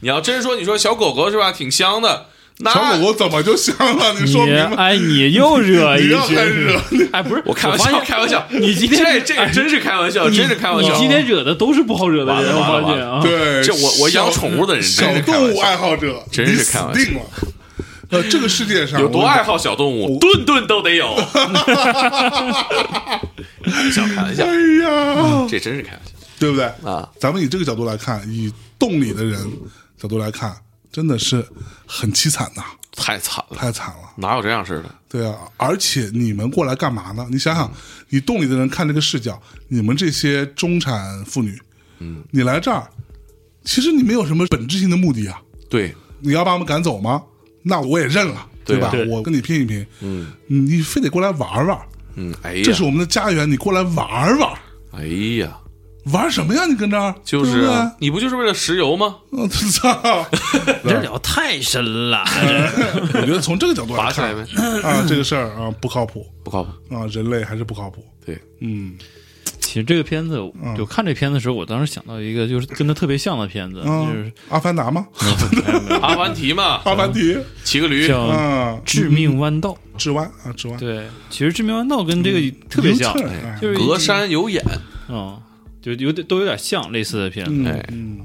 你要真说你说小狗狗是吧，挺香的，那
小狗狗怎么就香了？你说
你
明白？
哎，你又惹
[laughs] 你
一
要
句
还惹，
哎，不是，
我开玩
发
笑，
现
开玩笑，
你今天
这这个真是开玩笑，
你
真是开玩笑啊
你。今天惹的都是不好惹的人，我
完了
发
完
现
了
啊，
对，
这我我养宠物的人
呃小
真是开玩笑
动物爱好者，
真
你
是
死
开玩笑
定了。呃，这个世界上
有多
我
爱好小动物，顿顿都得 [laughs] 有。想开玩笑，嗯
哎呀，
这真是开玩笑
对不对？
啊！
咱们以这个角度来看，以洞里的人角度来看，真的是很凄惨呐，
太惨了，
太惨了。
哪有这样式的？
对啊，而且你们过来干嘛呢？你想想，以洞里的人看这个视角，你们这些中产妇女，嗯，你来这儿，其实你没有什么本质性的目的啊。
对，
你要把我们赶走吗？那我也认了，
对
吧？
对
我跟你拼一拼，嗯，你非得过来玩玩，
嗯，哎
这
呀
是，我们的家园，你过来玩玩，
哎呀，
玩什么呀？你跟这儿
就是
对不
啊，你不就是为了石油吗？
对 [laughs] 我操！
你这聊太深 [laughs] 了，这
我觉得从这个角度
拔
来
起来
看
呗，
[clears throat]
啊，这个事儿啊不靠谱
不靠谱。
啊，人类还是不靠谱。
对，
嗯
其实这个片子，就看这片子的时候，我当时想到一个，就是跟它特别像的片子，
啊
就是，
阿凡达吗？
阿凡提嘛，
阿凡提
骑个驴，
叫《
啊，
嗯致命弯道》。
之湾啊，之湾
对，其实《致命弯道》跟
嗯
这个特别像，
英特尔
就是
隔山有眼，
嗯，就有点都有点像类似的片子。
嗯
哎
嗯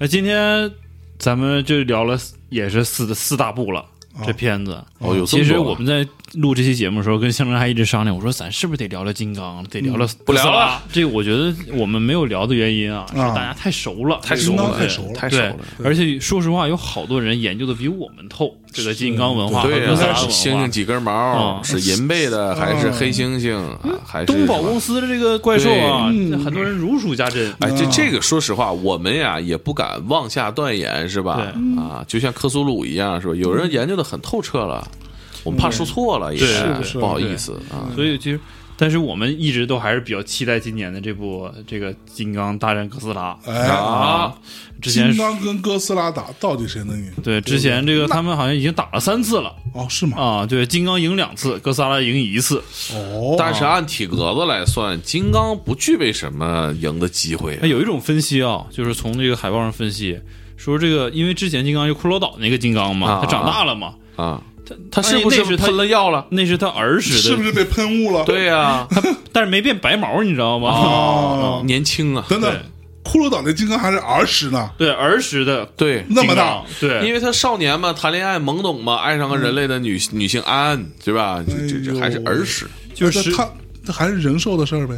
那今天咱们就聊了四，也是四四大部了。这片子，
哦，有这么
其实
多啊
我们在录这期节目的时候，跟香樟还一直商量，我说咱是不是得聊聊金刚，得
嗯
聊聊
不聊
特斯拉
了？
这我觉得我们没有聊的原因啊，是
啊
大家太熟了，
太熟了，
太熟了
哎太熟
对
了。，
而且说实话，有好多人研究的比我们透，这个金刚文化和
对啊
哥斯
呀，
拉
是
文
猩猩
化。
几根毛，
嗯
是银背的还是黑猩猩，啊还是
东宝
什么
公司的这个怪兽啊，
对
这很多人如数家珍。
哎，这这个说实话，我们呀也不敢妄下断言，是吧？啊，就像克苏鲁一样，是吧？有人研究的很透彻了，我们怕说错了，也
对是嗯
不是
不好意思啊。
所以其实，但是我们一直都还是比较期待今年的这部这个《金刚大战哥斯拉》
哎，
啊，
之前
金刚跟哥斯拉打，到底谁能赢？
对之前这个他们好像已经打了三次了
哦，是吗？
啊，对，金刚赢两次，哥斯拉赢一次。
哦，
但是按体格子来算，金刚不具备什么赢的机会
哎，。有一种分析啊，就是从这个海报上分析，说这个因为之前金刚就骷髅岛那个金刚嘛
啊，
他长大了嘛，
啊，
他
他是不
哎那是他
喷了药了？
那是他儿时的，
是不是被喷雾了？
对呀，
但是没变白毛，你知道吗？
哦，
年轻啊，
等等
对，
骷髅岛那金刚还是儿时呢，
[laughs] 对，儿时的
对，
那么大
金刚，对，
因为他少年嘛，谈恋爱懵懂嘛，爱上个人类的女女性安安，对吧？这这这还是儿时，
就是
他他还是人兽的事儿呗。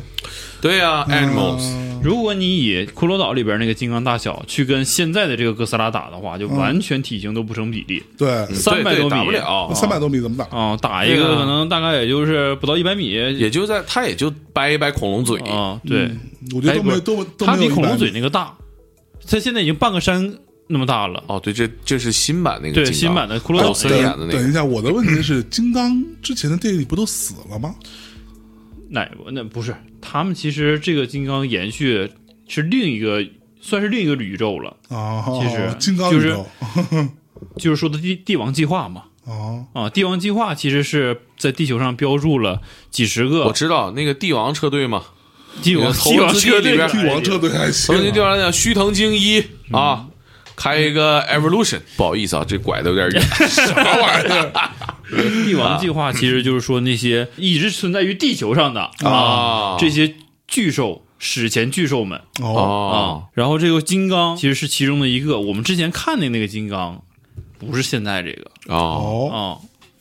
对呀，animals，
嗯
如果你以骷髅岛里边那个金刚大小去跟现在的这个哥斯拉打的话，就完全体型都不成比例，
对，
三百
嗯对
多米
打不了，
三百多米怎么打？
啊、打一
对
个
啊
可能大概也就是不到一百米
也嗯就在他也就掰一掰恐龙嘴，
啊、对。
嗯我觉得
哎
都没
不
有
是
都都
它
没
比
有
恐龙
100
嘴那个大，它现在已经半个山那么大了。
哦，对，这这是新版那个
对，
金刚
新版的骷髅
抖
岛
森
那
演的
个
那
哦等
个
一下，我的问题是， [clears throat] 金刚之前的电影里不都死了吗？
哪个？那不是他们，其实这个金刚延续是另一个，算是另一个宇宙了，
啊，
其实
金刚
就是
宇宙
就是说的帝帝王计划嘛。
啊，
啊，帝王计划其实是在地球上标注了几十
我
个
知道那个帝王车队嘛，
帝王
那个
帝王
投资
车
地里边
队
帝王车队还
曾经
行，啊
帝王来讲，须藤京一
嗯
啊。开一个 evolution，不好意思啊，这拐的有点
[laughs]
远。什么玩意儿
帝王计划其实就是说那些一直存在于地球上的
啊
这些巨兽，史前巨兽们。
哦，
哦
啊，，然后这个金刚其实是其中的一个，我们之前看的那个金刚，不是现在这个
哦，
哦，
啊、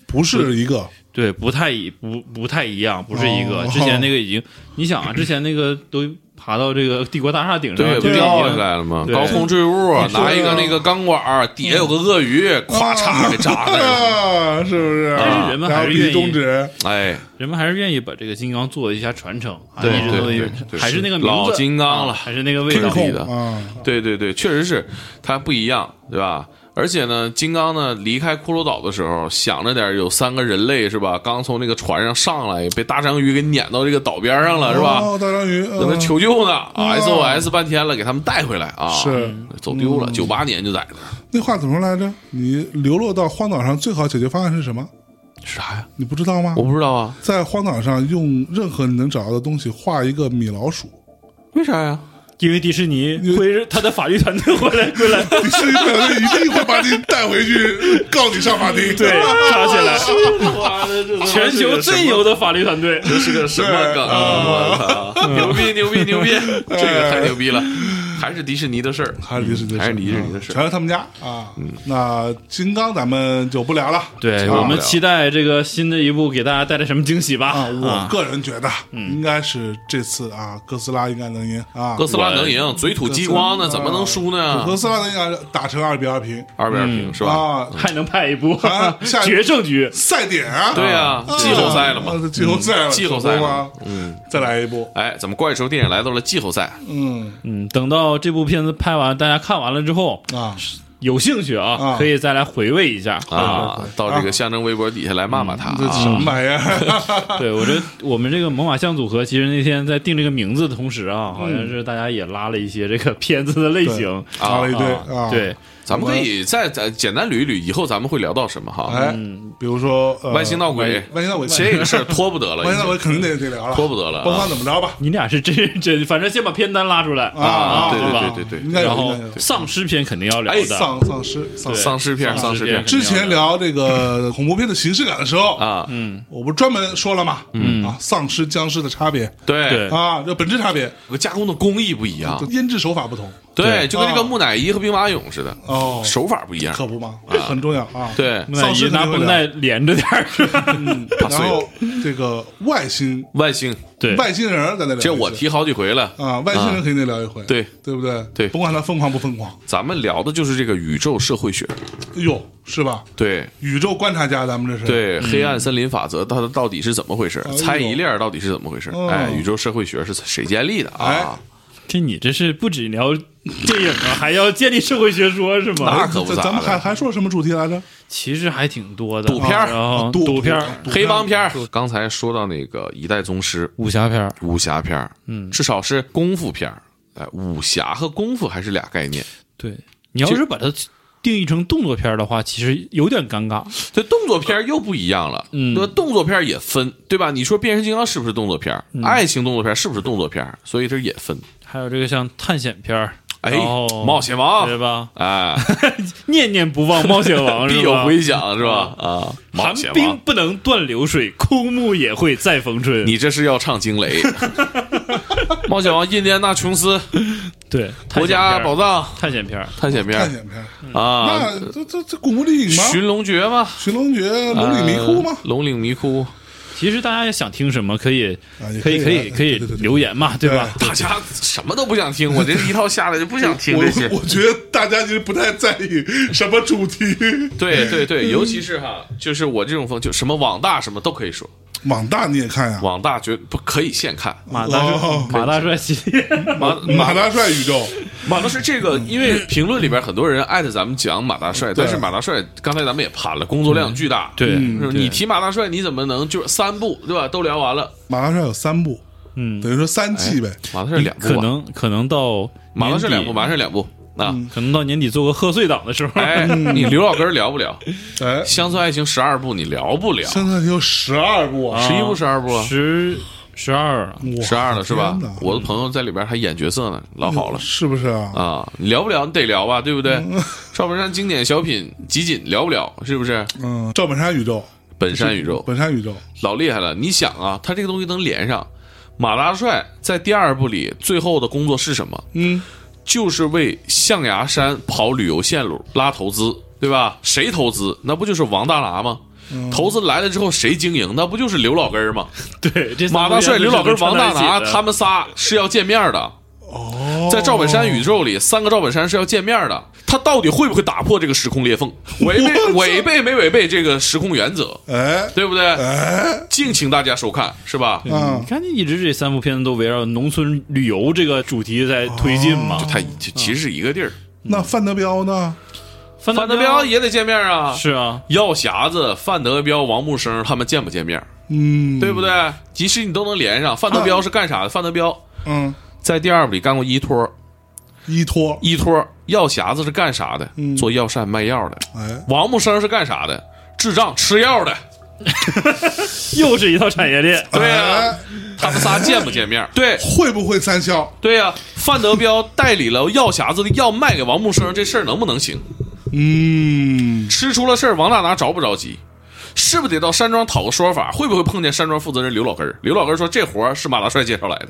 不是一个
对，不太一不不太一样，不是一个。
哦
之前那个已经，你想啊，之前那个都爬到这个帝国大厦顶上，
对，
就
不
已经
掉下来了吗？
啊对嗯
高空坠物，拿一个那个钢管儿，底下有个鳄鱼，咵嚓给扎那儿了。
啊，是不是？
但是人们
然
还
后
是
比
愿
中
意，
指，
哎，
人们还是愿意把这个金刚做一下传承， [laughs] 啊
对
一直都
对
有
对对
还是那个名
老
字，
金刚了
啊还是那个味
天
道。
对
空
的
啊，
对对对，确实是它不一样，对吧？而且呢，金刚呢离开骷髅岛的时候，想着点儿有三个人类是吧？刚从那个船上上来，被大章鱼给撵到这个岛边
啊
上了是吧？
哦，大章鱼，
在那
嗯
求救呢啊，SOS 半天了，给他们带回来啊，
是嗯
走丢了，九八年就在那儿，
那话怎么说来着？你流落到荒岛上，最好解决方案是什么？
啥呀？
你不知道吗
我？不知道啊，
在荒岛上用任何你能找到的东西画一个米老鼠， [laughs]
为啥呀？
因为迪士尼会他的法律团队回来归来，
你是一个人呃一定会把你带回去告你上法庭。
对，抓起来， [laughs]
妈的，这
全球最牛的法律团队。
这是个什么梗啊？我
嗯
操，牛逼牛逼
[laughs]
牛逼，这个太牛逼了，还是迪士尼的事儿。
还是迪士尼的事，
嗯还是迪士尼的事
全是他们家啊。
嗯
那金刚咱们就不聊了。
对
行
我们
了
期待这个新的一部给大家带来什么惊喜吧。
啊，我个人觉得应该是这次啊，哥斯拉应该能赢啊。
嗯哥斯拉能赢，嘴吐激光呢，
哥斯
怎
拉嗯
么能输呢？
哥斯拉应该打成二比二平
二比二平是吧？
啊，
还能拍一部、
啊下一
决胜局，
赛点啊，
对啊，季后赛了嘛。
啊季后赛了，
季后赛了
吗？嗯，再来一部，
哎，咱们怪兽电影来到了季后赛，
嗯
嗯，等到这部片子拍完，大家看完了之后，
啊，
嗯
有兴趣啊，
啊
可以再来回味一下啊。
啊，到这个象征微博底下来骂骂他
这
啊
什么玩意 [laughs] 儿？
对我觉得我们这个猛犸象组合，其实那天在定这个名字的同时
嗯
啊，好像是大家也拉了一些这个片子的类型
拉了一堆
啊
啊，，
对，
咱们可以再再简单捋一捋，以后咱们会聊到什么哈？
哎，比如说呃
外星嗯闹鬼，
外星闹鬼，
这
[laughs]
个事儿拖不得了，
外星
已
闹
经
鬼肯定得得
[laughs]
聊了，
拖不得了啊
甭管怎么着吧，
你俩是真真，反正先把片单拉出来
啊
啊，
对对
吧
对对对
应该有
然
应
后
该有
丧尸片肯定要聊
哎
的，
丧丧尸丧尸。
丧尸片，丧
丧
尸
尸
片
片
之前聊这
[laughs]
个恐怖片的形式感的时候，
啊，嗯
我不是专门说了嘛，啊，丧尸僵尸的差别
对
对，
啊，这本质差别，
这个加工的工艺不一样
这，腌制手法不同
对，就跟那个
啊
木乃伊和兵马俑似的，
哦，
手法不一样，
可不嘛，这很重要啊。，
啊对，
木乃
丧尸
伊
肯定
拿
会
绷带连着点儿，是吧？
[laughs]
打碎
然
了
后这个外星
外星，
对，
外星人在那聊一次，
这我提好几回了
啊，外星人肯定得聊一回，
对
对不对？
对
甭管他疯狂不疯狂，
咱们聊的就是这个宇宙社会学，
哎呦，是吧？
对
宇宙观察家，咱们这是，
对，嗯黑暗森林法则它到底是怎么回事？
哎呦
猜疑链儿到底是怎么回事？
哦哎
哎，宇宙社会学是谁建立的啊？
这你这是不止聊电影啊，还要建立社会学说是
那
吗？
可不
这
咋
咱们还
的，
还说什么主题来着？
其实还挺多的，
哦赌片儿
然后
啊赌
赌片儿、
赌
黑帮片儿。刚才说到那个一代宗师、
武侠片儿，
武侠片儿，嗯，至少是功夫片儿。哎，武侠和功夫还是俩概念。
对你要是把它定义成动作片儿的话，其实有点尴尬。
这动作片儿又不一样了，
嗯
那动作片儿也分，对吧？你说变形金刚是不是动作片儿？爱情动作片儿是不是动作片儿？所以这也分。
还有这个像探险片儿，
哎
然后，
冒险王
对吧？
哎，
念念不忘冒险
[laughs]
王
必
是
有
吧？
回响是吧？啊，冒
寒
险
冰
王，
不能断流水，枯木也会再逢春。
你这是要唱惊雷？ [laughs] 冒险王、印第安纳琼斯、
对
国家宝
宝
藏、
探险片儿，
探险
探
片
险片，
啊，
那这这这恐怖电影吗？
寻龙诀吗？呃
寻龙诀、龙岭迷窟吗？
龙岭迷窟，
其实大家也想听什么，可以
啊也
可以
可
可
以
以可以
对对对对
留言嘛，对吧？
大家什么都不想听，我这一套下来就不想听
我
这些。
我觉得大家其实不太在意什么主题，
[laughs] 对对对，尤其是哈，就是我这种风，就什么网大什么都可以说，
网大你也看呀，
网大绝不可以现看。
马大帅
哦
马大帅系列， [laughs]
马
马大帅宇宙，
马大帅这个，
嗯
因为评论里边很多人艾特咱们讲马大帅，但是马大帅刚才咱们也盘了，工作量巨大。
嗯对
是吧
对
你提马大帅，你怎么能就是三部对吧？都聊完了，
马大帅有三部，
嗯，
等于说三季呗。
马大帅两
可
部吧，
能可能到
马大
年
帅
底，
两部，马大帅两部啊。
可能到年底做个贺岁档的时候，
哎，你刘老根儿聊不聊？
哎
《，乡村爱情》十二部你聊不聊？
现在有十二部啊，
十一部十二部啊
十十二啊
哇
十二了是吧
天哪？
我的朋友在里边还演角色呢，老好
嗯
了
是不是啊？
啊！你聊不聊？你得聊吧，对不对？赵本山经典小品集锦聊不聊？是不是？
嗯，赵本山宇宙，
本山宇宙
本山宇宙，
老厉害了，你想啊，他这个东西能连上。马大帅在第二部里最后的工作是什么？
嗯，
就是为象牙山跑旅游线路拉投资，对吧？谁投资？那不就是王大拿吗？
嗯
投资来了之后谁经营？那不就是刘老根
[laughs]
儿吗？
[laughs] 对，这三
马大帅、
部
刘老根、王大拿
串在一起的
他们仨是要见面的。
哦，
在赵本山宇宙里，三个赵本山是要见面的。他到底会不会打破这个时空裂缝，违背违背没违背这个时空原则，
哎
对不对？
哎，
敬请大家收看，是吧？
嗯
你看，一直这三部片子都围绕农村旅游这个主题在推进嘛。
他其实是一个地儿，
那范德彪呢？
范
范德彪也得见面啊。
是啊，
药匣子、范德彪、王木生他们见不见面，
嗯，
对不对？其实你都能连上。范德彪是干啥的？范德彪
嗯，
在第二部里干过医托，
依托，
医托药匣子是干啥的
嗯？
做药膳卖药的。
哎，
王木生是干啥的？智障吃药的。
又是一套产业 [laughs] 链。
对啊呀、
哎
他们仨见不见面？对
会不会三消？
对呀、范德彪代理了药匣子的药卖给王木生，这事儿能不能行？ [laughs]
嗯，
吃出了事儿，王大拿着不着急？是不是得到山庄讨个说法？会不会碰见山庄负责人刘老根儿？刘老根儿说这活儿是马大帅介绍来的。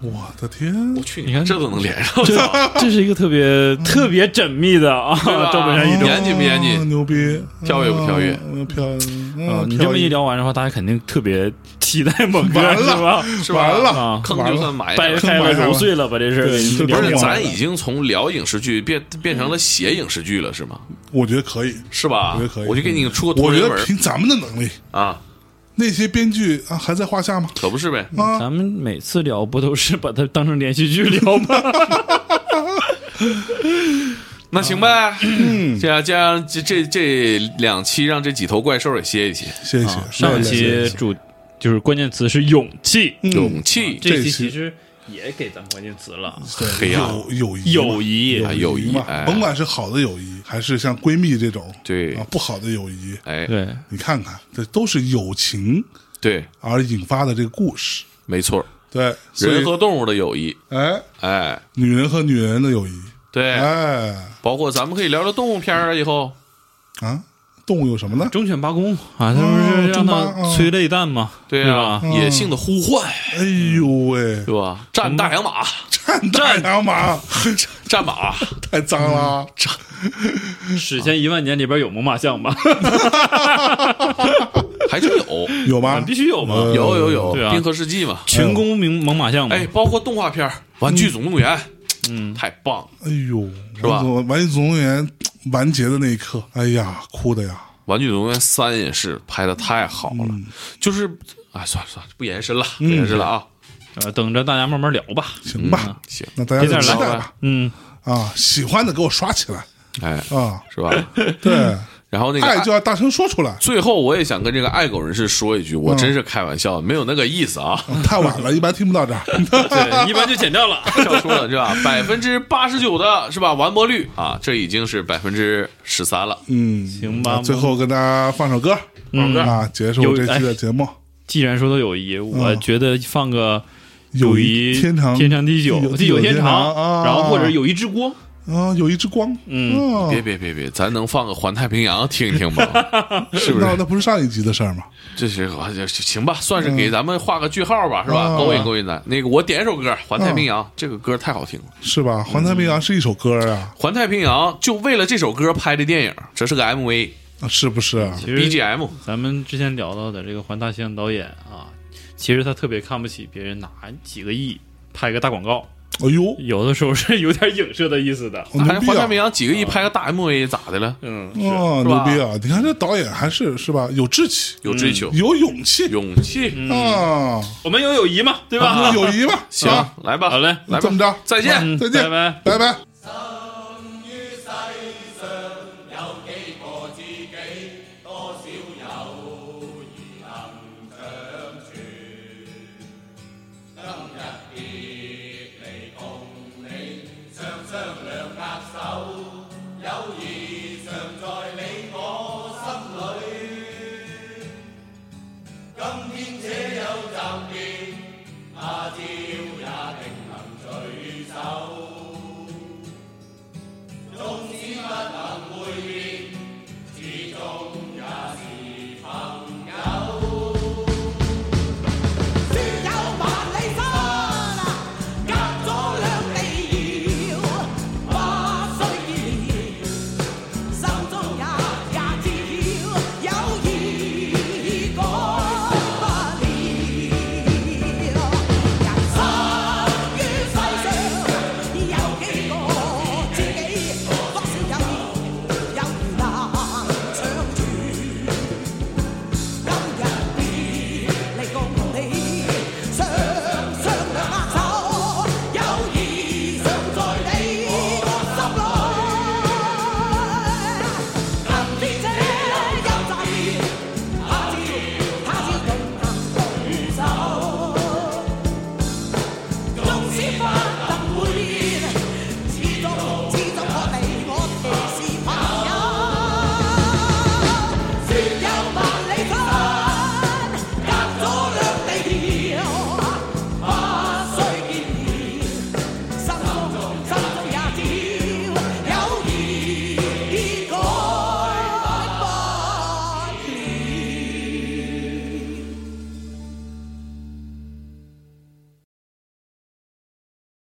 我的天，
我去，
你看
这都能连上，
这这是一个特别特别缜密的 [laughs] 啊
对吧，
赵本山宇宙
严谨不严谨
哦牛逼，
跳跃不跳跃
嗯？飘，
啊
嗯！
你这么一
飘
聊完的话，大家肯定特别期待猛 [laughs] 哥，
完
是
了
吧？
是
[laughs]
吧？
完了
啊，
坑
完
就
了
算埋
掰
了。
开了揉碎了，把这事儿
对
给
这
不
聊
是，
明白。
咱已经从聊影视剧变变成了写影视剧了，是吗？
我觉得可以，
是吧
我觉得可以？
我就给你出个
我
同
觉
人
得
文
凭咱们的能力，
啊，
那些编剧啊还在话下吗？
可不是呗？
啊，
咱们每次聊不都是把它当成连续剧聊吗？
那行呗，这样这样这这这两期让这几头怪兽也歇一歇，
谢谢。
[laughs] 啊上
谢
期
谢
主就是关键词是勇气，
嗯
勇气
这期
期其实也给咱们关键词了，
黑暗
有友谊嘛，
友谊
啊友谊
嘛，
哎
甭管是好的友谊，还是像闺蜜这种，
对
啊，不好的友谊，
哎，
对，
你看看，这都是友情
对，
而引发的这个故事。
没错，
对，所
人
以
和动物的友谊，
哎，
哎，
女人和女人的友谊，
对，
哎
包括咱们可以聊聊动物片儿啊，以后
啊，动物有什么呢？
忠犬八公啊，他不是让他催泪弹吗？
对
吧
啊？，野性的呼唤，
哎呦喂，
对吧？战大洋马，
看大洋马
[laughs] 战马，
太脏了，
史前一万年里边有猛犸象吧？
[laughs] 还真有，
有吗？
必须有嘛！
呃
[laughs] 有有有，
对啊
冰河世纪嘛，
群攻猛猛犸象嘛？
哎，包括动画片儿《玩具总动员》，嗯，太棒了，
哎呦，是
吧
玩具总动员完结的那一刻，哎呀，哭的呀，
《玩具总动员三》也是拍的太好了，就是，哎，算了算了，不延伸了，不延伸了啊，
呃，等着大家慢慢聊吧。
行
嗯
吧，
嗯行，
那大家
别
就
再
期
聊
待
了
吧，。
嗯，
啊，喜欢的给我刷起来
哎，
啊，
是 [laughs] 吧？
对，
然后那个
爱
爱
就要大声说出
[laughs]
来，
最后，我也想跟这个爱狗人士说一句，我真是开玩笑，没有那个意思啊。
太晚了，一般听不到
[laughs]
这儿。
嗯
对，一般就剪掉了。
笑出了是吧？百分之八十九的是吧？完播率啊，这已经是百分之十三了。
嗯，
行吧
那最后跟大家放首歌，
嗯哎
啊，结束
有
这期的节目。
既然说到友谊，我觉得放个
友
谊
天长
天长地
地
久，
久
地久
天
天长
啊，
然后或者友谊之光。
啊，友谊之光，
嗯
啊
别别别别，咱能放个《环太平洋》听一听
[laughs]
吗？是不
那
是？
那不是上一集的事儿吗？
这是我这行吧，算是
嗯
给咱们画个句号吧，是吧？勾引勾引咱。那个，我点一首歌，《环太平洋》
嗯
这个歌太好听了，
是吧？《环太平洋》是一首歌啊，
《环太平洋》就为了这首歌拍的电影，这是个 MV。
啊是不是？
嗯
其实
BGM
咱们之前聊到的这个环大西洋导演啊，其实他特别看不起别人拿几个亿拍个大广告，
哎呦，
有的时候是有点影射的意思的。
哦
还
牛逼
华夏
啊
明！洋几个亿拍个大 MV 咋的了？
嗯，
哦，
是
牛
吧
逼啊！你看这导演还是是吧，有志气，
有追求，
有勇气
勇气，
啊，
我们有友谊嘛，
[laughs]
对吧？
有友谊吧？
行
啊，
来吧，
好嘞
来
这
吧
么，着，
再见。
嗯
再见
拜
拜
拜。
拜。
今天且有暫別，下次。